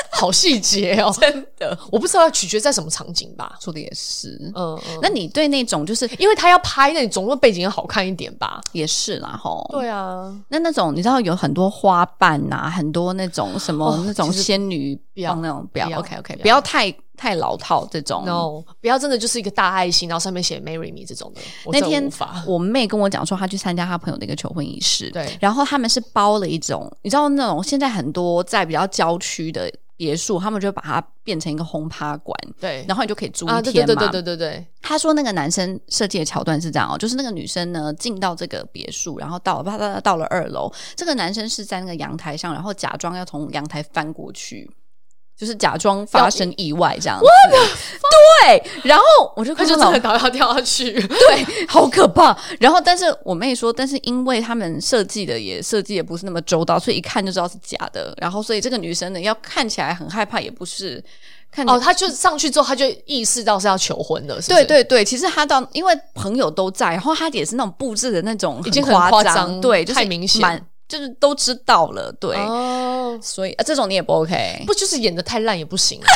[SPEAKER 1] 好细节哦，
[SPEAKER 2] 真的，
[SPEAKER 1] [laughs] 我不知道要取决在什么场景吧。
[SPEAKER 2] 说的也是。
[SPEAKER 1] 嗯，嗯
[SPEAKER 2] 那你对那种就是
[SPEAKER 1] 因为他要拍，那你总要背景要好看一点吧？
[SPEAKER 2] 也是啦，吼。。
[SPEAKER 1] 对啊，
[SPEAKER 2] 那那种你知道有很多花瓣呐、很多那种什么、
[SPEAKER 1] 哦
[SPEAKER 2] 那种
[SPEAKER 1] 其实
[SPEAKER 2] 仙女
[SPEAKER 1] 不要
[SPEAKER 2] 棒那种，不要
[SPEAKER 1] 不要
[SPEAKER 2] OK OK，
[SPEAKER 1] 不要
[SPEAKER 2] 不要太太老套这种。
[SPEAKER 1] no，不要真的就是一个大爱心，然后上面写 “marry me” 这种的，我
[SPEAKER 2] 那
[SPEAKER 1] 真的
[SPEAKER 2] 天
[SPEAKER 1] 无法。
[SPEAKER 2] 我妹跟我讲说，她去参加她朋友的一个求婚仪式，
[SPEAKER 1] 对
[SPEAKER 2] 然后他们是包了一种，你知道那种现在很多在比较郊区的别墅，他们就把它变成一个轰趴馆，
[SPEAKER 1] 对，
[SPEAKER 2] 然后你就可以租一天嘛。
[SPEAKER 1] 啊，对对对对对对对，
[SPEAKER 2] 他说那个男生设计的桥段是这样哦，就是那个女生呢进到这个别墅，然后到啪啪啪到了二楼，这个男生是在那个阳台上，然后假装要从阳台翻过去。就是假装发生意外这样子，对，然后我就
[SPEAKER 1] 他
[SPEAKER 2] 看
[SPEAKER 1] 就真
[SPEAKER 2] 到老
[SPEAKER 1] 的倒要掉下去。
[SPEAKER 2] 对，好可怕。然后，但是我妹说，但是因为他们设计的也设计也不是那么周到，所以一看就知道是假的。然后，所以这个女生呢，要看起来很害怕，也不是看起
[SPEAKER 1] [laughs]
[SPEAKER 2] 来
[SPEAKER 1] 哦，他就上去之后，他就意识到是要求婚了，是不
[SPEAKER 2] 对
[SPEAKER 1] 是？
[SPEAKER 2] 对对，其实她到因为朋友都在，然后她也是那种布置的那种
[SPEAKER 1] 已经很
[SPEAKER 2] 夸
[SPEAKER 1] 夸张
[SPEAKER 2] 对，就是
[SPEAKER 1] 太明显
[SPEAKER 2] 蛮就是都知道了，对。
[SPEAKER 1] 哦，
[SPEAKER 2] 所以、啊、这种你也不 OK，
[SPEAKER 1] 不就是演的太 [laughs] 烂也不行啊，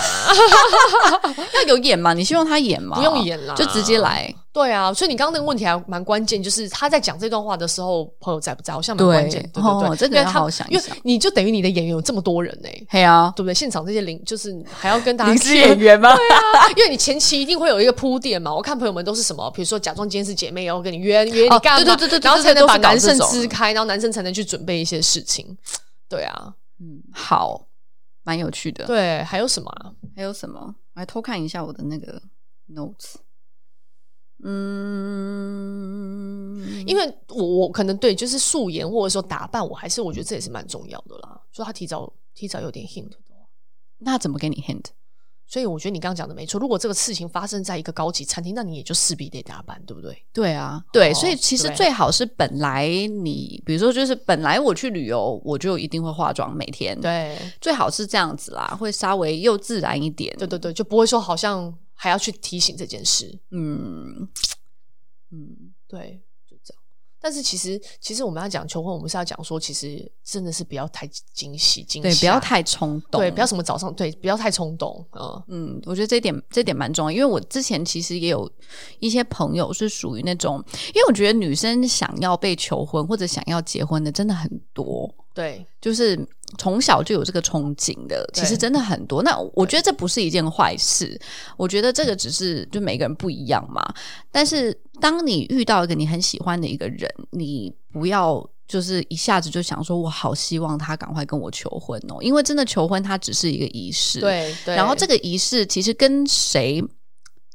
[SPEAKER 2] 要有演嘛？你希望她演吗？
[SPEAKER 1] 不用演啦啊
[SPEAKER 2] 就直接来。
[SPEAKER 1] 对啊，所以你刚刚那个问题还蛮关键，就是他在讲这段话的时候，朋友在不在，好像蛮关键的，
[SPEAKER 2] 对
[SPEAKER 1] 对对
[SPEAKER 2] 哦
[SPEAKER 1] 对，
[SPEAKER 2] 这个
[SPEAKER 1] 因为
[SPEAKER 2] 要
[SPEAKER 1] 他
[SPEAKER 2] 好好想一
[SPEAKER 1] 因为
[SPEAKER 2] 想
[SPEAKER 1] 你就等于你的演员有这么多人呢、欸，
[SPEAKER 2] 嘿啊，
[SPEAKER 1] 对不对？现场这些临就是还要跟大家
[SPEAKER 2] 你是
[SPEAKER 1] 切
[SPEAKER 2] 演员吗？
[SPEAKER 1] 啊因为你前期一定会有一个铺垫嘛。我看朋友们都是什么，比如说假装今天是姐妹，然后跟你约约你干嘛，
[SPEAKER 2] 哦对对对对对
[SPEAKER 1] 然后才能把
[SPEAKER 2] 对对对
[SPEAKER 1] 男
[SPEAKER 2] 都是搞
[SPEAKER 1] 生
[SPEAKER 2] 这种
[SPEAKER 1] 支开，然后男生才能去准备一些事情。对啊，
[SPEAKER 2] [laughs] 嗯，好，蛮有趣的。
[SPEAKER 1] 对，还有什么、啊？
[SPEAKER 2] 还有什么？我来偷看一下我的那个 notes。嗯，
[SPEAKER 1] 因为我我可能对就是素颜或者说打扮，我还是我觉得这也是蛮重要的啦。所以他提早提早有点 hint 的话，
[SPEAKER 2] 那怎么给你 hint？
[SPEAKER 1] 所以我觉得你刚刚讲的没错。如果这个事情发生在一个高级餐厅，那你也就势必得打扮，对不对？
[SPEAKER 2] 对啊，对，
[SPEAKER 1] 哦
[SPEAKER 2] 所以其实
[SPEAKER 1] 对
[SPEAKER 2] 最好是本来你，比如说就是本来我去旅游，我就一定会化妆每天，，
[SPEAKER 1] 对
[SPEAKER 2] 最好是这样子啦，会稍微又自然一点，
[SPEAKER 1] 对对对，就不会说好像还要去提醒这件事。
[SPEAKER 2] 嗯嗯，
[SPEAKER 1] 对，就这样。但是其实，其实我们要讲求婚，我们是要讲说，其实真的是不要太惊喜惊喜，
[SPEAKER 2] 对，不要太冲动，
[SPEAKER 1] 啊对，不要什么早上对，不要太冲动，嗯，
[SPEAKER 2] 嗯，我觉得这一点这一点蛮重要，因为我之前其实也有一些朋友是属于那种，因为我觉得女生想要被求婚或者想要结婚的真的很多，
[SPEAKER 1] 对
[SPEAKER 2] 就是从小就有这个憧憬的，
[SPEAKER 1] 对
[SPEAKER 2] 其实真的很多。那我觉得这不是一件坏事，我觉得这个只是就每个人不一样嘛。但是当你遇到一个你很喜欢的一个人，你不要。就是一下子就想说，我好希望他赶快跟我求婚哦，因为真的求婚它只是一个仪式，
[SPEAKER 1] 对对。
[SPEAKER 2] 然后这
[SPEAKER 1] 个
[SPEAKER 2] 个仪式其实跟谁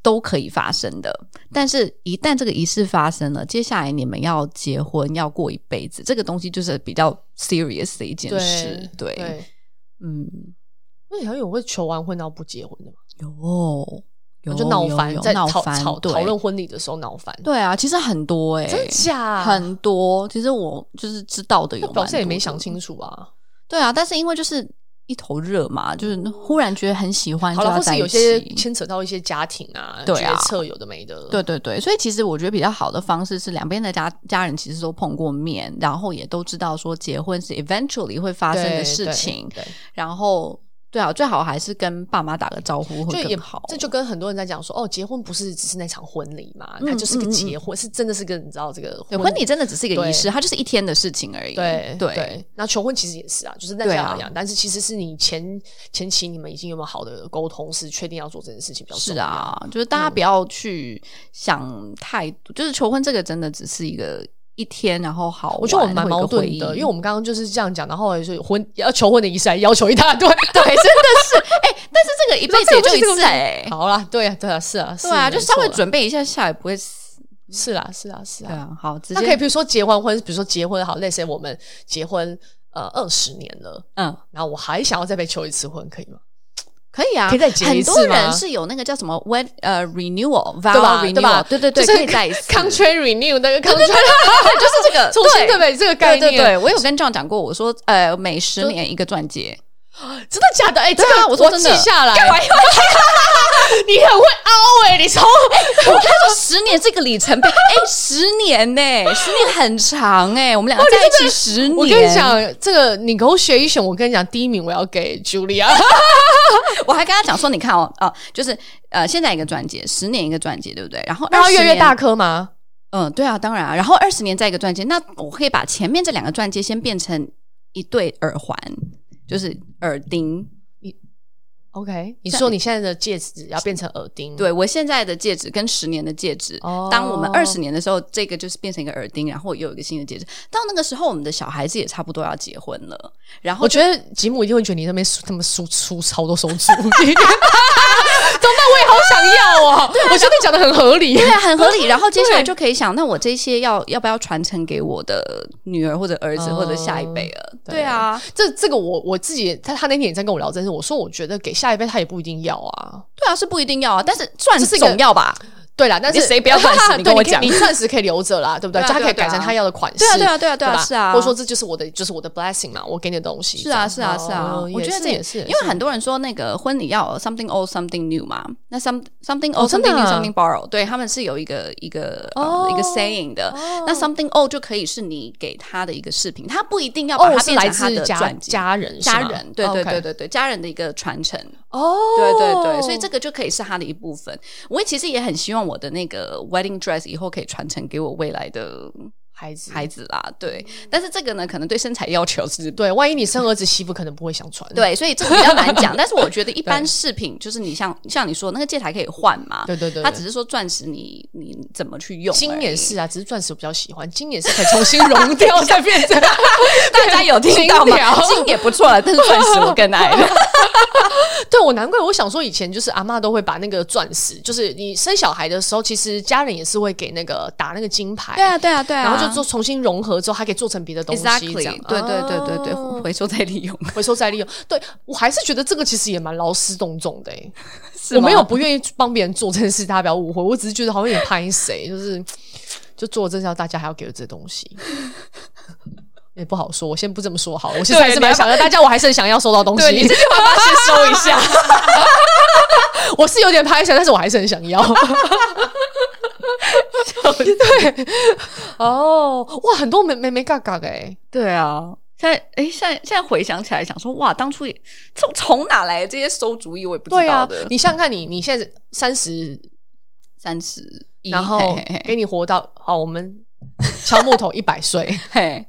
[SPEAKER 2] 都可以发生的，但是一旦这个仪式发生了，接下来你们要结婚，要过一辈子，这个东西就是比较 serious 的一件事
[SPEAKER 1] 对。
[SPEAKER 2] 对，
[SPEAKER 1] 对，
[SPEAKER 2] 嗯，
[SPEAKER 1] 那好像有会求完婚然后不结婚的嘛，
[SPEAKER 2] 有哦有
[SPEAKER 1] 就闹
[SPEAKER 2] 有
[SPEAKER 1] 翻，
[SPEAKER 2] 有
[SPEAKER 1] 在
[SPEAKER 2] 闹
[SPEAKER 1] 讨
[SPEAKER 2] 翻
[SPEAKER 1] 讨
[SPEAKER 2] 对
[SPEAKER 1] 讨论婚礼的时候闹翻，
[SPEAKER 2] 对啊，其实很多哎、
[SPEAKER 1] 真的假？
[SPEAKER 2] 很多，其实我就是知道的有
[SPEAKER 1] 那
[SPEAKER 2] 蛮多
[SPEAKER 1] 表
[SPEAKER 2] 的，
[SPEAKER 1] 示也没想清楚啊。
[SPEAKER 2] 对啊，但是因为就是一头热嘛，就是忽然觉得很喜欢，
[SPEAKER 1] 好
[SPEAKER 2] 就
[SPEAKER 1] 了，
[SPEAKER 2] 要
[SPEAKER 1] 或是
[SPEAKER 2] 在一
[SPEAKER 1] 有些
[SPEAKER 2] 起
[SPEAKER 1] 牵扯到一些家庭啊、
[SPEAKER 2] 对啊
[SPEAKER 1] 决策有的没的，
[SPEAKER 2] 对对对，所以其实我觉得比较好的方式是两边的家家人其实都碰过面，然后也都知道说结婚是 eventually 会发
[SPEAKER 1] 对
[SPEAKER 2] 生的事情，
[SPEAKER 1] 对，对
[SPEAKER 2] 然后对啊，最好还是跟爸妈打个招呼会
[SPEAKER 1] 就
[SPEAKER 2] 更
[SPEAKER 1] 也
[SPEAKER 2] 好。
[SPEAKER 1] 这就跟很多人在讲说，哦，结婚不是只是那场婚礼嘛，它
[SPEAKER 2] 嗯
[SPEAKER 1] 就是
[SPEAKER 2] 嗯
[SPEAKER 1] 个
[SPEAKER 2] 嗯
[SPEAKER 1] 结婚，是真的是个你知道这个
[SPEAKER 2] 对婚礼真的只是一个
[SPEAKER 1] 对
[SPEAKER 2] 仪式，它就是一天的事情而已。
[SPEAKER 1] 对
[SPEAKER 2] 对
[SPEAKER 1] 对，那求婚其实也是啊，就是那
[SPEAKER 2] 对
[SPEAKER 1] 这
[SPEAKER 2] 啊
[SPEAKER 1] 样一样，但是其实是你前前期你们已经有没有好的沟通，是确定要做这件事情比较重
[SPEAKER 2] 是
[SPEAKER 1] 要，
[SPEAKER 2] 啊，就是大家不要去想太多，就是求婚这个真的只是一个一天，然后好玩，
[SPEAKER 1] 我觉得我们蛮
[SPEAKER 2] 会有一
[SPEAKER 1] 矛
[SPEAKER 2] 个
[SPEAKER 1] 盾
[SPEAKER 2] 回忆
[SPEAKER 1] 的，因为我们刚刚就是这样讲，然后就是婚要求婚的仪式还要求一大堆，对，
[SPEAKER 2] 对真的是哎、但是这个一辈子也就一次哎、
[SPEAKER 1] 好啦，对啊，对啊，是啊，是
[SPEAKER 2] 对啊，就
[SPEAKER 1] 没
[SPEAKER 2] 稍微
[SPEAKER 1] 错啦
[SPEAKER 2] 准备一下下也不会死。
[SPEAKER 1] 是啦，是啦，是
[SPEAKER 2] 对
[SPEAKER 1] 啦，
[SPEAKER 2] 啊，好，直
[SPEAKER 1] 那可以
[SPEAKER 2] 接
[SPEAKER 1] 比如说结完婚，比如说结婚好，类似我们结婚呃二十年了。
[SPEAKER 2] 嗯，
[SPEAKER 1] 然后我还想要再被求一次婚，可以吗？
[SPEAKER 2] 可以啊，
[SPEAKER 1] 可以再结一
[SPEAKER 2] 很
[SPEAKER 1] 次
[SPEAKER 2] 多
[SPEAKER 1] 吗
[SPEAKER 2] 人是有那个叫什么 wed 呃 renewal vow
[SPEAKER 1] 对吧？啊对吧
[SPEAKER 2] renewal，？对对对，
[SPEAKER 1] 就是
[SPEAKER 2] 可以再一 [laughs] 次
[SPEAKER 1] country renew 那个 country
[SPEAKER 2] 就是这个
[SPEAKER 1] [laughs] 重新对
[SPEAKER 2] 对
[SPEAKER 1] 不对？这个概念，
[SPEAKER 2] 对对对，我有跟 John 讲过，我说呃每十年一个钻
[SPEAKER 1] [laughs]
[SPEAKER 2] 戒，
[SPEAKER 1] 真的假的？哎，这
[SPEAKER 2] 对啊
[SPEAKER 1] 个
[SPEAKER 2] 我说真的
[SPEAKER 1] 记下来。
[SPEAKER 2] 干嘛要
[SPEAKER 1] 你很会凹哎，你超
[SPEAKER 2] [laughs] 我他说十年这个里程
[SPEAKER 1] [laughs]
[SPEAKER 2] 碑，哎，十年呢，十年很长哎，我们两个在一起十年，
[SPEAKER 1] 我跟你，讲，这个 negotiation，我跟你讲，第一名我要给 Julia。
[SPEAKER 2] 我还跟他讲说，你看哦，啊，就是呃现在一个钻戒，十年一个钻戒，对不对？然后
[SPEAKER 1] [laughs] 然后越
[SPEAKER 2] 20
[SPEAKER 1] 来越
[SPEAKER 2] 年
[SPEAKER 1] 大颗吗？
[SPEAKER 2] 嗯，对啊，当然啊。然后二十年再一个钻戒，那我可以把前面这两个钻戒先变成一对耳环，就是耳钉。
[SPEAKER 1] OK，你说你现在的戒指要变成耳钉，
[SPEAKER 2] 对我现在的戒指跟十年的戒指，
[SPEAKER 1] 哦
[SPEAKER 2] 当我们二十年的时候，这个就是变成一个耳钉，然后又有一个新的戒指。到那个时候，我们的小孩子也差不多要结婚了，然后
[SPEAKER 1] 我觉得吉姆一定会觉得你那边输他们输出超多手 [laughs] 指，怎么办？我也好想要哦！我觉得你讲的很合理。
[SPEAKER 2] 对，啊很合理。然后接下来
[SPEAKER 1] 对
[SPEAKER 2] 就可以想，那我这些要要不要传承给我的女儿或者儿子
[SPEAKER 1] 哦
[SPEAKER 2] 或者下一辈了？
[SPEAKER 1] 对
[SPEAKER 2] 对啊，
[SPEAKER 1] 这这个我我自己也，他他那天也在跟我聊这件事，我说我觉得给下一辈他也不一定要啊。
[SPEAKER 2] 对啊，是不一定要啊，但是钻
[SPEAKER 1] 这是一个
[SPEAKER 2] 总要吧？
[SPEAKER 1] 对啦，但是
[SPEAKER 2] 你谁不要
[SPEAKER 1] [laughs]
[SPEAKER 2] 钻石你跟
[SPEAKER 1] 对
[SPEAKER 2] 我
[SPEAKER 1] 可以
[SPEAKER 2] 讲
[SPEAKER 1] 你钻石可以留着啦，对不对？
[SPEAKER 2] 对啊
[SPEAKER 1] 就他可以
[SPEAKER 2] 对啊
[SPEAKER 1] 改成他要的款式。
[SPEAKER 2] 对啊，对啊，对啊，对
[SPEAKER 1] 对
[SPEAKER 2] 啊，
[SPEAKER 1] 吧
[SPEAKER 2] 是啊。
[SPEAKER 1] 或者说这就是我的，就是我的 blessing 嘛，我给你的东西。
[SPEAKER 2] 是啊，是
[SPEAKER 1] 这样
[SPEAKER 2] 啊，是啊，
[SPEAKER 1] 哦
[SPEAKER 2] 我觉得
[SPEAKER 1] 是
[SPEAKER 2] 这
[SPEAKER 1] 也是，
[SPEAKER 2] 因为很多人说那个婚礼要有 something old something new 嘛，那 some something
[SPEAKER 1] 哦
[SPEAKER 2] old
[SPEAKER 1] 真的
[SPEAKER 2] something new
[SPEAKER 1] 啊
[SPEAKER 2] something borrow，对他们是有一个一个
[SPEAKER 1] 哦
[SPEAKER 2] 呃一个 saying 的，那 something old 就可以是你给他的一个饰品，他不一定要把
[SPEAKER 1] 哦
[SPEAKER 2] 它
[SPEAKER 1] 是
[SPEAKER 2] 变
[SPEAKER 1] 来
[SPEAKER 2] 成他
[SPEAKER 1] 自
[SPEAKER 2] 的
[SPEAKER 1] 家
[SPEAKER 2] 钻戒。
[SPEAKER 1] 家人是
[SPEAKER 2] 家
[SPEAKER 1] 吗
[SPEAKER 2] 人，对对
[SPEAKER 1] OK
[SPEAKER 2] 对对对，家人的一个传承，
[SPEAKER 1] 哦，
[SPEAKER 2] 对对对，所以这个就可以是他的一部分。我也其实也很希望望我的那个 wedding dress 以后可以传承给我未来的
[SPEAKER 1] 孩子
[SPEAKER 2] 孩子啦。对，
[SPEAKER 1] 嗯
[SPEAKER 2] 但是这个呢，可能对身材要求是
[SPEAKER 1] 对，万一你生儿子，媳妇可能不会想穿。
[SPEAKER 2] 对，所以这个比较难讲。 [laughs] 但是我觉得一般饰品，就是你像像你说那个戒台可以换嘛，
[SPEAKER 1] 对对对，
[SPEAKER 2] 啊它只是说钻石你你怎么去用而已。
[SPEAKER 1] 金也
[SPEAKER 2] [laughs]
[SPEAKER 1] 是啊，只是钻石我比较喜欢，金也是可以重新融掉再变成。
[SPEAKER 2] [laughs] 大家有听到吗
[SPEAKER 1] 金条？
[SPEAKER 2] 金也不错了，但是钻石我更爱了。 [laughs]
[SPEAKER 1] 对我难怪我想说，以前就是阿嬷都会把那个钻石，就是你生小孩的时候，其实家人也是会给那个打那个金牌，
[SPEAKER 2] 对啊，对啊，对啊。
[SPEAKER 1] 然后就做重新融合之后，还可以做成别的东西这样
[SPEAKER 2] exactly，对对对对对，
[SPEAKER 1] 啊
[SPEAKER 2] 回收再利用。
[SPEAKER 1] 回收再利用。对我还是觉得这个其实也蛮劳师动众的、欸，
[SPEAKER 2] 是
[SPEAKER 1] 我
[SPEAKER 2] 吗
[SPEAKER 1] 没有不愿意帮别人做这件事，大家不要误会。我只是觉得好像也拍谁，就是就做这要大家还要给我这东西，也不好说。我先不这么说好了，我现在还是蛮想要大家，我还是很想要收到东西。
[SPEAKER 2] 对你这句
[SPEAKER 1] 话要先收一下。
[SPEAKER 2] [laughs]
[SPEAKER 1] 我是有点拍谁，但是我还是很想要。 [laughs] 对，哦，哇，很多没没没嘎嘎哎，
[SPEAKER 2] 对啊，现在哎，现在现在回想起来，想说哇，当初也从从哪来的这些馊主意，我也不知
[SPEAKER 1] 对
[SPEAKER 2] 道
[SPEAKER 1] 啊
[SPEAKER 2] 的。，
[SPEAKER 1] 你想想看你你现在三十
[SPEAKER 2] 三十一，
[SPEAKER 1] 然后
[SPEAKER 2] 嘿嘿嘿
[SPEAKER 1] 给你活到好，我们敲木头一百
[SPEAKER 2] [laughs]
[SPEAKER 1] 岁、
[SPEAKER 2] 嘿，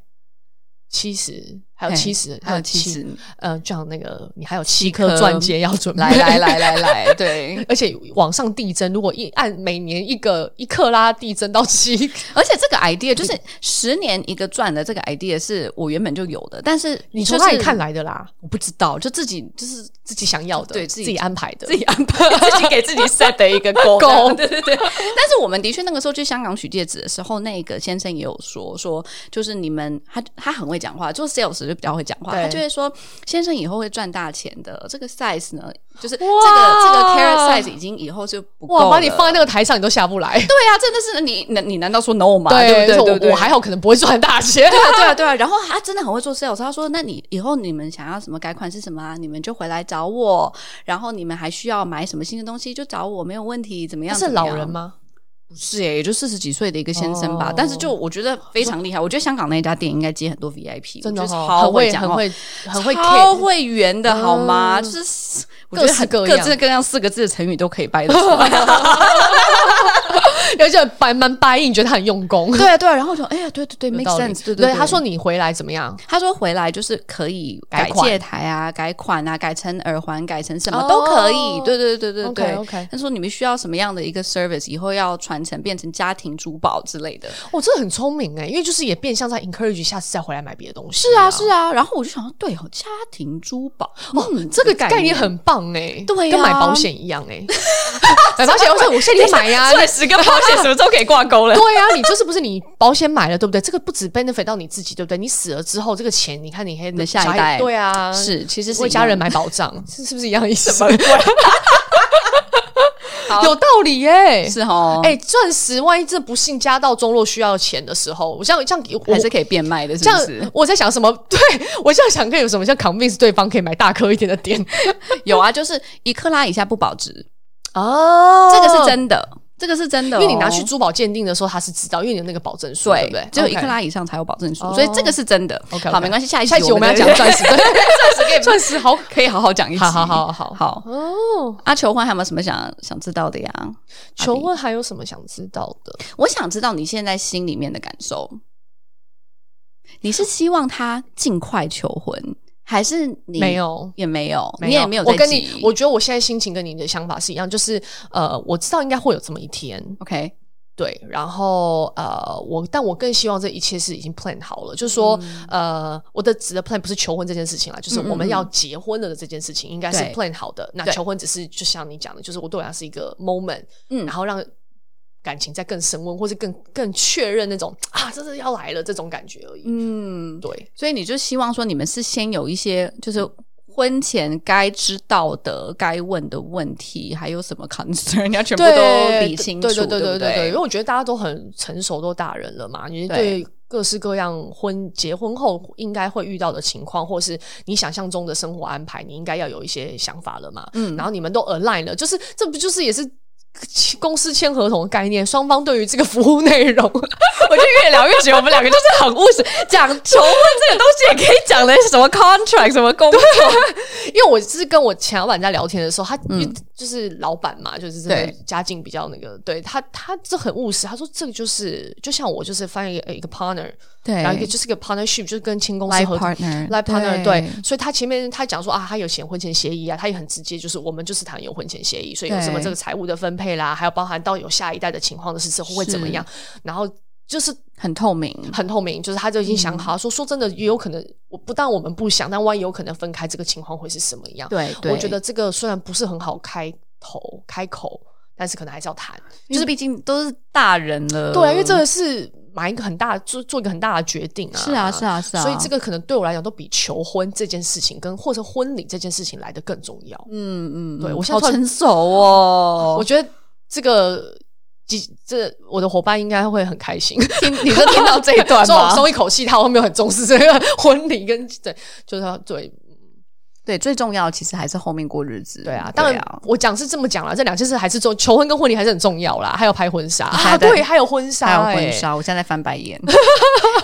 [SPEAKER 1] 七十，还有
[SPEAKER 2] 嘿
[SPEAKER 1] 七十，
[SPEAKER 2] 还有七十，，
[SPEAKER 1] 呃，这样那个你还有
[SPEAKER 2] 七
[SPEAKER 1] 七颗
[SPEAKER 2] 颗
[SPEAKER 1] 钻戒要准备，
[SPEAKER 2] 来来。来来 [laughs] 来，对。
[SPEAKER 1] 而且往上递增，如果一按每年一个一克拉递增到
[SPEAKER 2] [laughs]
[SPEAKER 1] 七，
[SPEAKER 2] 而且这个 idea 就是十年一个赚的这个 idea 是我原本就有的，但是
[SPEAKER 1] 你
[SPEAKER 2] 就
[SPEAKER 1] 从
[SPEAKER 2] 是
[SPEAKER 1] 哪里看来的啦？
[SPEAKER 2] 我不知道，就自己就是
[SPEAKER 1] 自己想要的，
[SPEAKER 2] 对
[SPEAKER 1] [laughs] 自
[SPEAKER 2] 自己
[SPEAKER 1] 己安排的，
[SPEAKER 2] 自己安排， [laughs] 自己给
[SPEAKER 1] [laughs]
[SPEAKER 2] 自己 set 的一个 goal。
[SPEAKER 1] Goal
[SPEAKER 2] [laughs] 对对对。但是我们的确那个时候去香港取戒指的时候，那个先生也有说说，就是你们他他很会讲话，做 sales 就比较会讲话，
[SPEAKER 1] 对
[SPEAKER 2] 他就会说先生以后会赚大钱的。这个 size 呢，就是这个
[SPEAKER 1] 哇
[SPEAKER 2] 这个 carrot size 已经以后就不够
[SPEAKER 1] 哇，
[SPEAKER 2] 了。
[SPEAKER 1] 把你放在那个台上你都下不来。
[SPEAKER 2] 对啊，真的是你你你难道说 no 吗？对不
[SPEAKER 1] 就
[SPEAKER 2] 对
[SPEAKER 1] 是
[SPEAKER 2] 对不对？
[SPEAKER 1] 我我还好，可能不会赚大钱。
[SPEAKER 2] 对啊，对啊，对啊。然后他真的很会做 sales，他说：“那你以后你们想要什么改款是什么啊？你们就回来找我。然后你们还需要买什么新的东西就找我，没有问题。怎么
[SPEAKER 1] 他
[SPEAKER 2] 样？
[SPEAKER 1] 是
[SPEAKER 2] 怎么
[SPEAKER 1] 老
[SPEAKER 2] 样
[SPEAKER 1] 人？吗？
[SPEAKER 2] 不是耶，也就四十几岁的一个先生吧。
[SPEAKER 1] 哦
[SPEAKER 2] 但是就我觉得非常厉害。我觉得香港那一家店应该接很多 VIP，
[SPEAKER 1] 真的
[SPEAKER 2] 我
[SPEAKER 1] 哦
[SPEAKER 2] 觉得超
[SPEAKER 1] 很会
[SPEAKER 2] 讲
[SPEAKER 1] 很
[SPEAKER 2] 话。
[SPEAKER 1] 会很会
[SPEAKER 2] 超
[SPEAKER 1] care
[SPEAKER 2] 会圆的好吗？
[SPEAKER 1] 嗯
[SPEAKER 2] 就是我
[SPEAKER 1] 各
[SPEAKER 2] 觉得
[SPEAKER 1] 式
[SPEAKER 2] 很
[SPEAKER 1] 各
[SPEAKER 2] 各
[SPEAKER 1] 样
[SPEAKER 2] 式各样四个字的成语都可以掰得出来。
[SPEAKER 1] [laughs] 而且白蛮白硬，你觉得他很用功。
[SPEAKER 2] 对啊，对啊。然后我说，哎呀，对对对
[SPEAKER 1] 有
[SPEAKER 2] ，make
[SPEAKER 1] 道理
[SPEAKER 2] sense。对
[SPEAKER 1] 对
[SPEAKER 2] 对，
[SPEAKER 1] 他说你回来怎么样？
[SPEAKER 2] 他说回来就是可以
[SPEAKER 1] 改
[SPEAKER 2] 改
[SPEAKER 1] 款
[SPEAKER 2] 戒台啊、改款啊、改成耳环、改成什么、
[SPEAKER 1] 哦
[SPEAKER 2] 都可以。对对对对
[SPEAKER 1] OK，
[SPEAKER 2] 对。
[SPEAKER 1] OK
[SPEAKER 2] 他说你们需要什么样的一个 service，以后要传承变成家庭珠宝之类的。
[SPEAKER 1] 哦，这很聪明哎，因为就是也变相在 encourage 下次再回来买别的东西。
[SPEAKER 2] 是啊，是啊。然后我就想说，对哦，家庭珠宝，嗯，
[SPEAKER 1] 这个概
[SPEAKER 2] 概
[SPEAKER 1] 念很棒哎，
[SPEAKER 2] 对啊
[SPEAKER 1] 跟买保险一样 [laughs] 哎，买保险，我 [laughs] 说我现在就买啊呀、
[SPEAKER 2] 钻石跟保 [laughs] 险什么时候可以挂钩了？
[SPEAKER 1] 对呀、你 [laughs] 就是不是你保险买了对不对？这个不止 benefit 到你自己对不对？你死了之后，这个钱你看你还
[SPEAKER 2] 的下一
[SPEAKER 1] 小孩
[SPEAKER 2] 代
[SPEAKER 1] 对啊，
[SPEAKER 2] 是，其实是
[SPEAKER 1] 为
[SPEAKER 2] 一
[SPEAKER 1] 家
[SPEAKER 2] 样
[SPEAKER 1] 人
[SPEAKER 2] 的。
[SPEAKER 1] 买保 [laughs] 障，是是不是一样的意思？ [laughs]
[SPEAKER 2] 好
[SPEAKER 1] 有道理耶、
[SPEAKER 2] 是哦，
[SPEAKER 1] 哎、钻石万一这不幸家道中落需要钱的时候，我像这样我
[SPEAKER 2] 还是可以变卖的，是
[SPEAKER 1] 这
[SPEAKER 2] 不是
[SPEAKER 1] 样？我在想什么？对我这样想可以有什么像 convince 对方可以买大颗一点的点 [laughs]
[SPEAKER 2] 有啊，就是一克拉以下不保值，
[SPEAKER 1] 哦
[SPEAKER 2] 这个是，真的，这个是真的哦，
[SPEAKER 1] 因为你拿去珠宝鉴定的时候他是知道，因为你有那个保证书，对
[SPEAKER 2] 对
[SPEAKER 1] 不对？
[SPEAKER 2] 只有一
[SPEAKER 1] OK
[SPEAKER 2] 克。拉以上才有保证书，
[SPEAKER 1] 哦
[SPEAKER 2] 所以这个是真的。
[SPEAKER 1] OK，OK
[SPEAKER 2] 好，没关系，下一
[SPEAKER 1] 下一集我们要
[SPEAKER 2] 再
[SPEAKER 1] 讲钻石， [laughs] 对
[SPEAKER 2] 钻石可以
[SPEAKER 1] 钻石好
[SPEAKER 2] [laughs] 可以好好讲一集。
[SPEAKER 1] 好好好好好
[SPEAKER 2] 好，
[SPEAKER 1] [laughs] 哦。
[SPEAKER 2] 阿球欢还有没有什么想想知道的呀？
[SPEAKER 1] 求问还有什么想知道的？
[SPEAKER 2] 我想知道你现在心里面的感受，你是希望他尽快求婚，还是你
[SPEAKER 1] 没有。
[SPEAKER 2] 也没有，
[SPEAKER 1] 没
[SPEAKER 2] 你也没有在
[SPEAKER 1] 我跟
[SPEAKER 2] 急
[SPEAKER 1] 你，我觉得我现在心情跟你的想法是一样，就是呃，我知道应该会有这么一天，
[SPEAKER 2] OK
[SPEAKER 1] 对，然后呃，我但我更希望这一切是已经 plan 好了，就是说、呃，我的指的 plan 不是求婚这件事情啦，就是
[SPEAKER 2] 嗯嗯
[SPEAKER 1] 我们
[SPEAKER 2] 嗯
[SPEAKER 1] 要结婚了的这件事情，应该是
[SPEAKER 2] 对
[SPEAKER 1] plan 好的。那
[SPEAKER 2] 对
[SPEAKER 1] 求婚只是就像你讲的，就是我对我来讲是一个 moment，
[SPEAKER 2] 嗯
[SPEAKER 1] 然后让感情再更升温，或是更更确认那种啊，这是要来了这种感觉而已。
[SPEAKER 2] 嗯，
[SPEAKER 1] 对，
[SPEAKER 2] 所以你就希望说你们是先有一些就是。婚前该知道的、该问的问题，还有什么 concern，你要全部都理清楚，
[SPEAKER 1] 对对对
[SPEAKER 2] 对
[SPEAKER 1] 对
[SPEAKER 2] 不
[SPEAKER 1] 对因为我觉得大家都很成熟，都大人了嘛，你
[SPEAKER 2] 对
[SPEAKER 1] 对各式各样婚结婚后应该会遇到的情况，或是你想象中的生活安排，你应该要有一些想法了嘛。
[SPEAKER 2] 嗯
[SPEAKER 1] 然后你们都 align 了，就是这不就是也是。公司签合同的概念，双方对于这个服务内容， [laughs]
[SPEAKER 2] 我就越聊越觉得我们两个就是很务实，讲求婚这个东西也可以讲的什么 contract 什么工作，
[SPEAKER 1] 因为我是跟我前老板在聊天的时候，他、
[SPEAKER 2] 嗯
[SPEAKER 1] 就是老板嘛，就是真的
[SPEAKER 2] 对
[SPEAKER 1] 家境比较那个，对他他这很务实，他说这个就是就像我就是发现一个一个 partner，
[SPEAKER 2] 对，
[SPEAKER 1] 然后一个就是一个 partnership，就是跟亲公司
[SPEAKER 2] life
[SPEAKER 1] 合作。
[SPEAKER 2] partner
[SPEAKER 1] life partner 对，所以他前面他讲说啊，他有写婚前协议啊，他也很直接，就是我们就是谈有婚前协议，所以有什么
[SPEAKER 2] 对
[SPEAKER 1] 这个财务的分配啦，还有包含到有下一代的情况的是之后会怎么样，然后就是
[SPEAKER 2] 很透明，
[SPEAKER 1] 很透明，就是他就已经想好、说，说真的也有可能，我不但我们不想，但万一有可能分开，这个情况会是什么样？
[SPEAKER 2] 对，
[SPEAKER 1] 我觉得这个虽然不是很好开头开口，但是可能还是要谈，
[SPEAKER 2] 就是毕竟都是大人了，
[SPEAKER 1] 对啊，因为这个是买一个很大做做一个很大的决定啊，
[SPEAKER 2] 是啊是啊是啊，
[SPEAKER 1] 所以这个可能对我来讲，都比求婚这件事情跟或者婚礼这件事情来的更重要。
[SPEAKER 2] 嗯嗯，
[SPEAKER 1] 对
[SPEAKER 2] 嗯
[SPEAKER 1] 我现在
[SPEAKER 2] 好
[SPEAKER 1] 突然
[SPEAKER 2] 成熟哦，
[SPEAKER 1] 我觉得这个几这我的伙伴应该会很开心，
[SPEAKER 2] 听你就听到这一
[SPEAKER 1] [laughs]
[SPEAKER 2] 段
[SPEAKER 1] 所以我
[SPEAKER 2] 吗？
[SPEAKER 1] 松一口气，他后面很重视这个婚礼跟对，就是他对
[SPEAKER 2] 对，最重要的其实还是后面过日子。
[SPEAKER 1] 对啊，当然
[SPEAKER 2] 啊
[SPEAKER 1] 我讲是这么讲啦，这两件事还是重求婚跟婚礼还是很重要啦，还有拍婚纱啊，
[SPEAKER 2] 还在
[SPEAKER 1] 对，还有婚纱、
[SPEAKER 2] 还
[SPEAKER 1] 欸
[SPEAKER 2] 有婚，纱，我现在在翻白眼。 [laughs]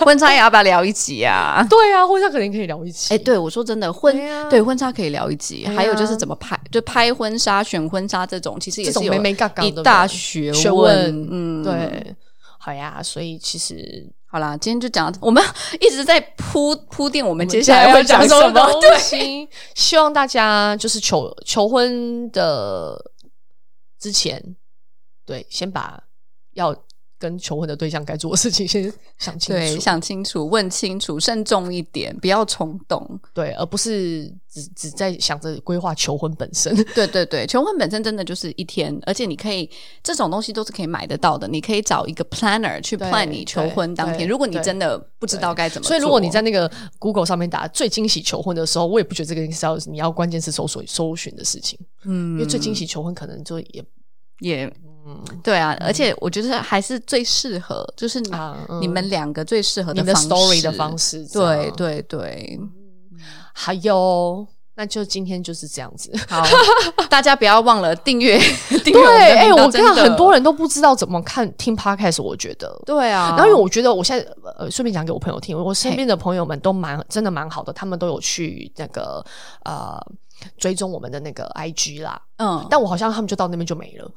[SPEAKER 2] 婚纱也要不要聊一集啊？
[SPEAKER 1] 对啊，婚纱肯定可以聊一起，
[SPEAKER 2] 哎、对我说真的，婚
[SPEAKER 1] 对啊
[SPEAKER 2] 对婚纱可以聊一集，
[SPEAKER 1] 对啊
[SPEAKER 2] 还有就是怎么拍，就拍婚纱、选婚纱这种，其实也
[SPEAKER 1] 这
[SPEAKER 2] 是
[SPEAKER 1] 种
[SPEAKER 2] 有
[SPEAKER 1] 没没嘎嘎
[SPEAKER 2] 一
[SPEAKER 1] 的
[SPEAKER 2] 大学
[SPEAKER 1] 学
[SPEAKER 2] 问
[SPEAKER 1] 问。
[SPEAKER 2] 嗯，
[SPEAKER 1] 对，好呀，所以其实
[SPEAKER 2] 好啦，今天就讲到，我们一直在铺铺垫，我们接
[SPEAKER 1] 接
[SPEAKER 2] 下
[SPEAKER 1] 下
[SPEAKER 2] 来
[SPEAKER 1] 来
[SPEAKER 2] 会
[SPEAKER 1] 会
[SPEAKER 2] 讲
[SPEAKER 1] 讲
[SPEAKER 2] 什
[SPEAKER 1] 什
[SPEAKER 2] 么
[SPEAKER 1] 么？
[SPEAKER 2] 对 [laughs]
[SPEAKER 1] 东西？希望大家就是求求婚的之前，对，先把要跟求婚的对象该做的事情先想清
[SPEAKER 2] 对，
[SPEAKER 1] 楚，
[SPEAKER 2] 想清楚，问清楚，慎重一点，不要冲动。
[SPEAKER 1] 对，而不是只只在想着规划求婚本身。
[SPEAKER 2] 对对对，求婚本身真的就是一天，而且你可以这种东西都是可以买得到的，你可以找一个 planner 去
[SPEAKER 1] 对
[SPEAKER 2] plan 你求婚当天。
[SPEAKER 1] 对
[SPEAKER 2] 如果你
[SPEAKER 1] 对
[SPEAKER 2] 真的不知道该怎么做，
[SPEAKER 1] 所以，如果你在那个 Google 上面打“最惊喜求婚”的时候，我也不觉得这个是要你要关键是搜索搜寻的事情，
[SPEAKER 2] 嗯
[SPEAKER 1] 因为最惊喜求婚可能就也
[SPEAKER 2] 也
[SPEAKER 1] 嗯
[SPEAKER 2] 对啊，而且我觉得还是最适合，就是你、
[SPEAKER 1] 啊嗯
[SPEAKER 2] 你们两个最适合
[SPEAKER 1] 你们的
[SPEAKER 2] 方式
[SPEAKER 1] story 的方。式，啊
[SPEAKER 2] 对对
[SPEAKER 1] [laughs]
[SPEAKER 2] 对，
[SPEAKER 1] 还有，那就今天就是这样子。 [laughs]
[SPEAKER 2] 好，大家不要忘了订阅订阅
[SPEAKER 1] 对，
[SPEAKER 2] 我们的
[SPEAKER 1] 哎、
[SPEAKER 2] 频道
[SPEAKER 1] 我跟你讲
[SPEAKER 2] 真的
[SPEAKER 1] 很多人都不知道怎么看听 podcast，我觉得。
[SPEAKER 2] 对啊，
[SPEAKER 1] 然后，因为我觉得我现在呃，顺便讲给我朋友听，我身边的朋友们都蛮真的蛮好的，他们都有去那个呃追踪我们的那个 IG 啦，
[SPEAKER 2] 嗯，
[SPEAKER 1] 但我好像他们就到那边就没了，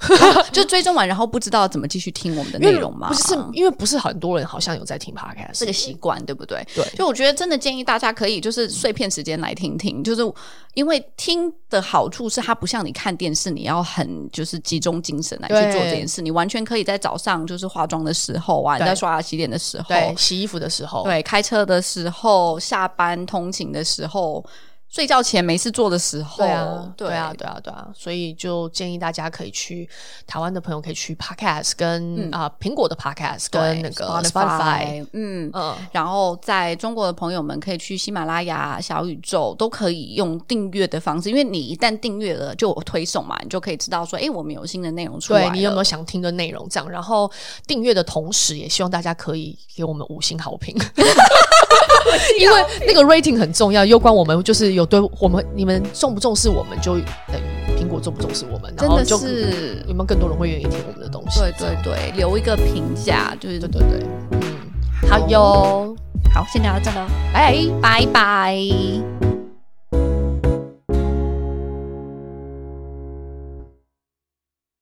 [SPEAKER 2] 就追踪完然后不知道怎么继续听我们的
[SPEAKER 1] 因为
[SPEAKER 2] 内容嘛，嗯
[SPEAKER 1] 不是是因为不是很多人好像有在听 podcast，
[SPEAKER 2] 这个习惯，对不对？
[SPEAKER 1] 对
[SPEAKER 2] 就我觉得真的建议大家可以就是碎片时间来听听，就是因为听的好处是它不像你看电视，你要很就是集中精神来去
[SPEAKER 1] 对
[SPEAKER 2] 做这件事，你完全可以在早上就是化妆的时候啊，你
[SPEAKER 1] 对
[SPEAKER 2] 在刷牙洗脸的时候，
[SPEAKER 1] 对洗衣服的时候，
[SPEAKER 2] 对，开车的时候，下班通勤的时候，睡觉前没事做的时候，
[SPEAKER 1] 对啊，
[SPEAKER 2] 对
[SPEAKER 1] 对啊，对啊，对啊，所以就建议大家可以去台湾的朋友可以去 Podcast 跟啊苹、果的 Podcast 跟那个 Spotify，
[SPEAKER 2] 嗯。
[SPEAKER 1] 嗯，
[SPEAKER 2] 然后在中国的朋友们可以去喜马拉雅、小宇宙都可以用订阅的方式，因为你一旦订阅了就有推送嘛，你就可以知道说，哎，我们有新的内容出来
[SPEAKER 1] 对
[SPEAKER 2] 了。
[SPEAKER 1] 你
[SPEAKER 2] [laughs]
[SPEAKER 1] 有没有想听的内容？这样，然后订阅的同时，也希望大家可以给我们五星好
[SPEAKER 2] [laughs]
[SPEAKER 1] 评。因为那个 rating 很重要，攸关我们就是有对我们你们重不重视我们，就等于苹果重不重视我们，然
[SPEAKER 2] 真
[SPEAKER 1] 后
[SPEAKER 2] 的
[SPEAKER 1] 就是有没有更多人会愿意听我们的东西？
[SPEAKER 2] 对对对，留一个评价，就是
[SPEAKER 1] 对对对，嗯，好哟，
[SPEAKER 2] 好，先聊到这了，
[SPEAKER 1] 拜。
[SPEAKER 2] 拜拜。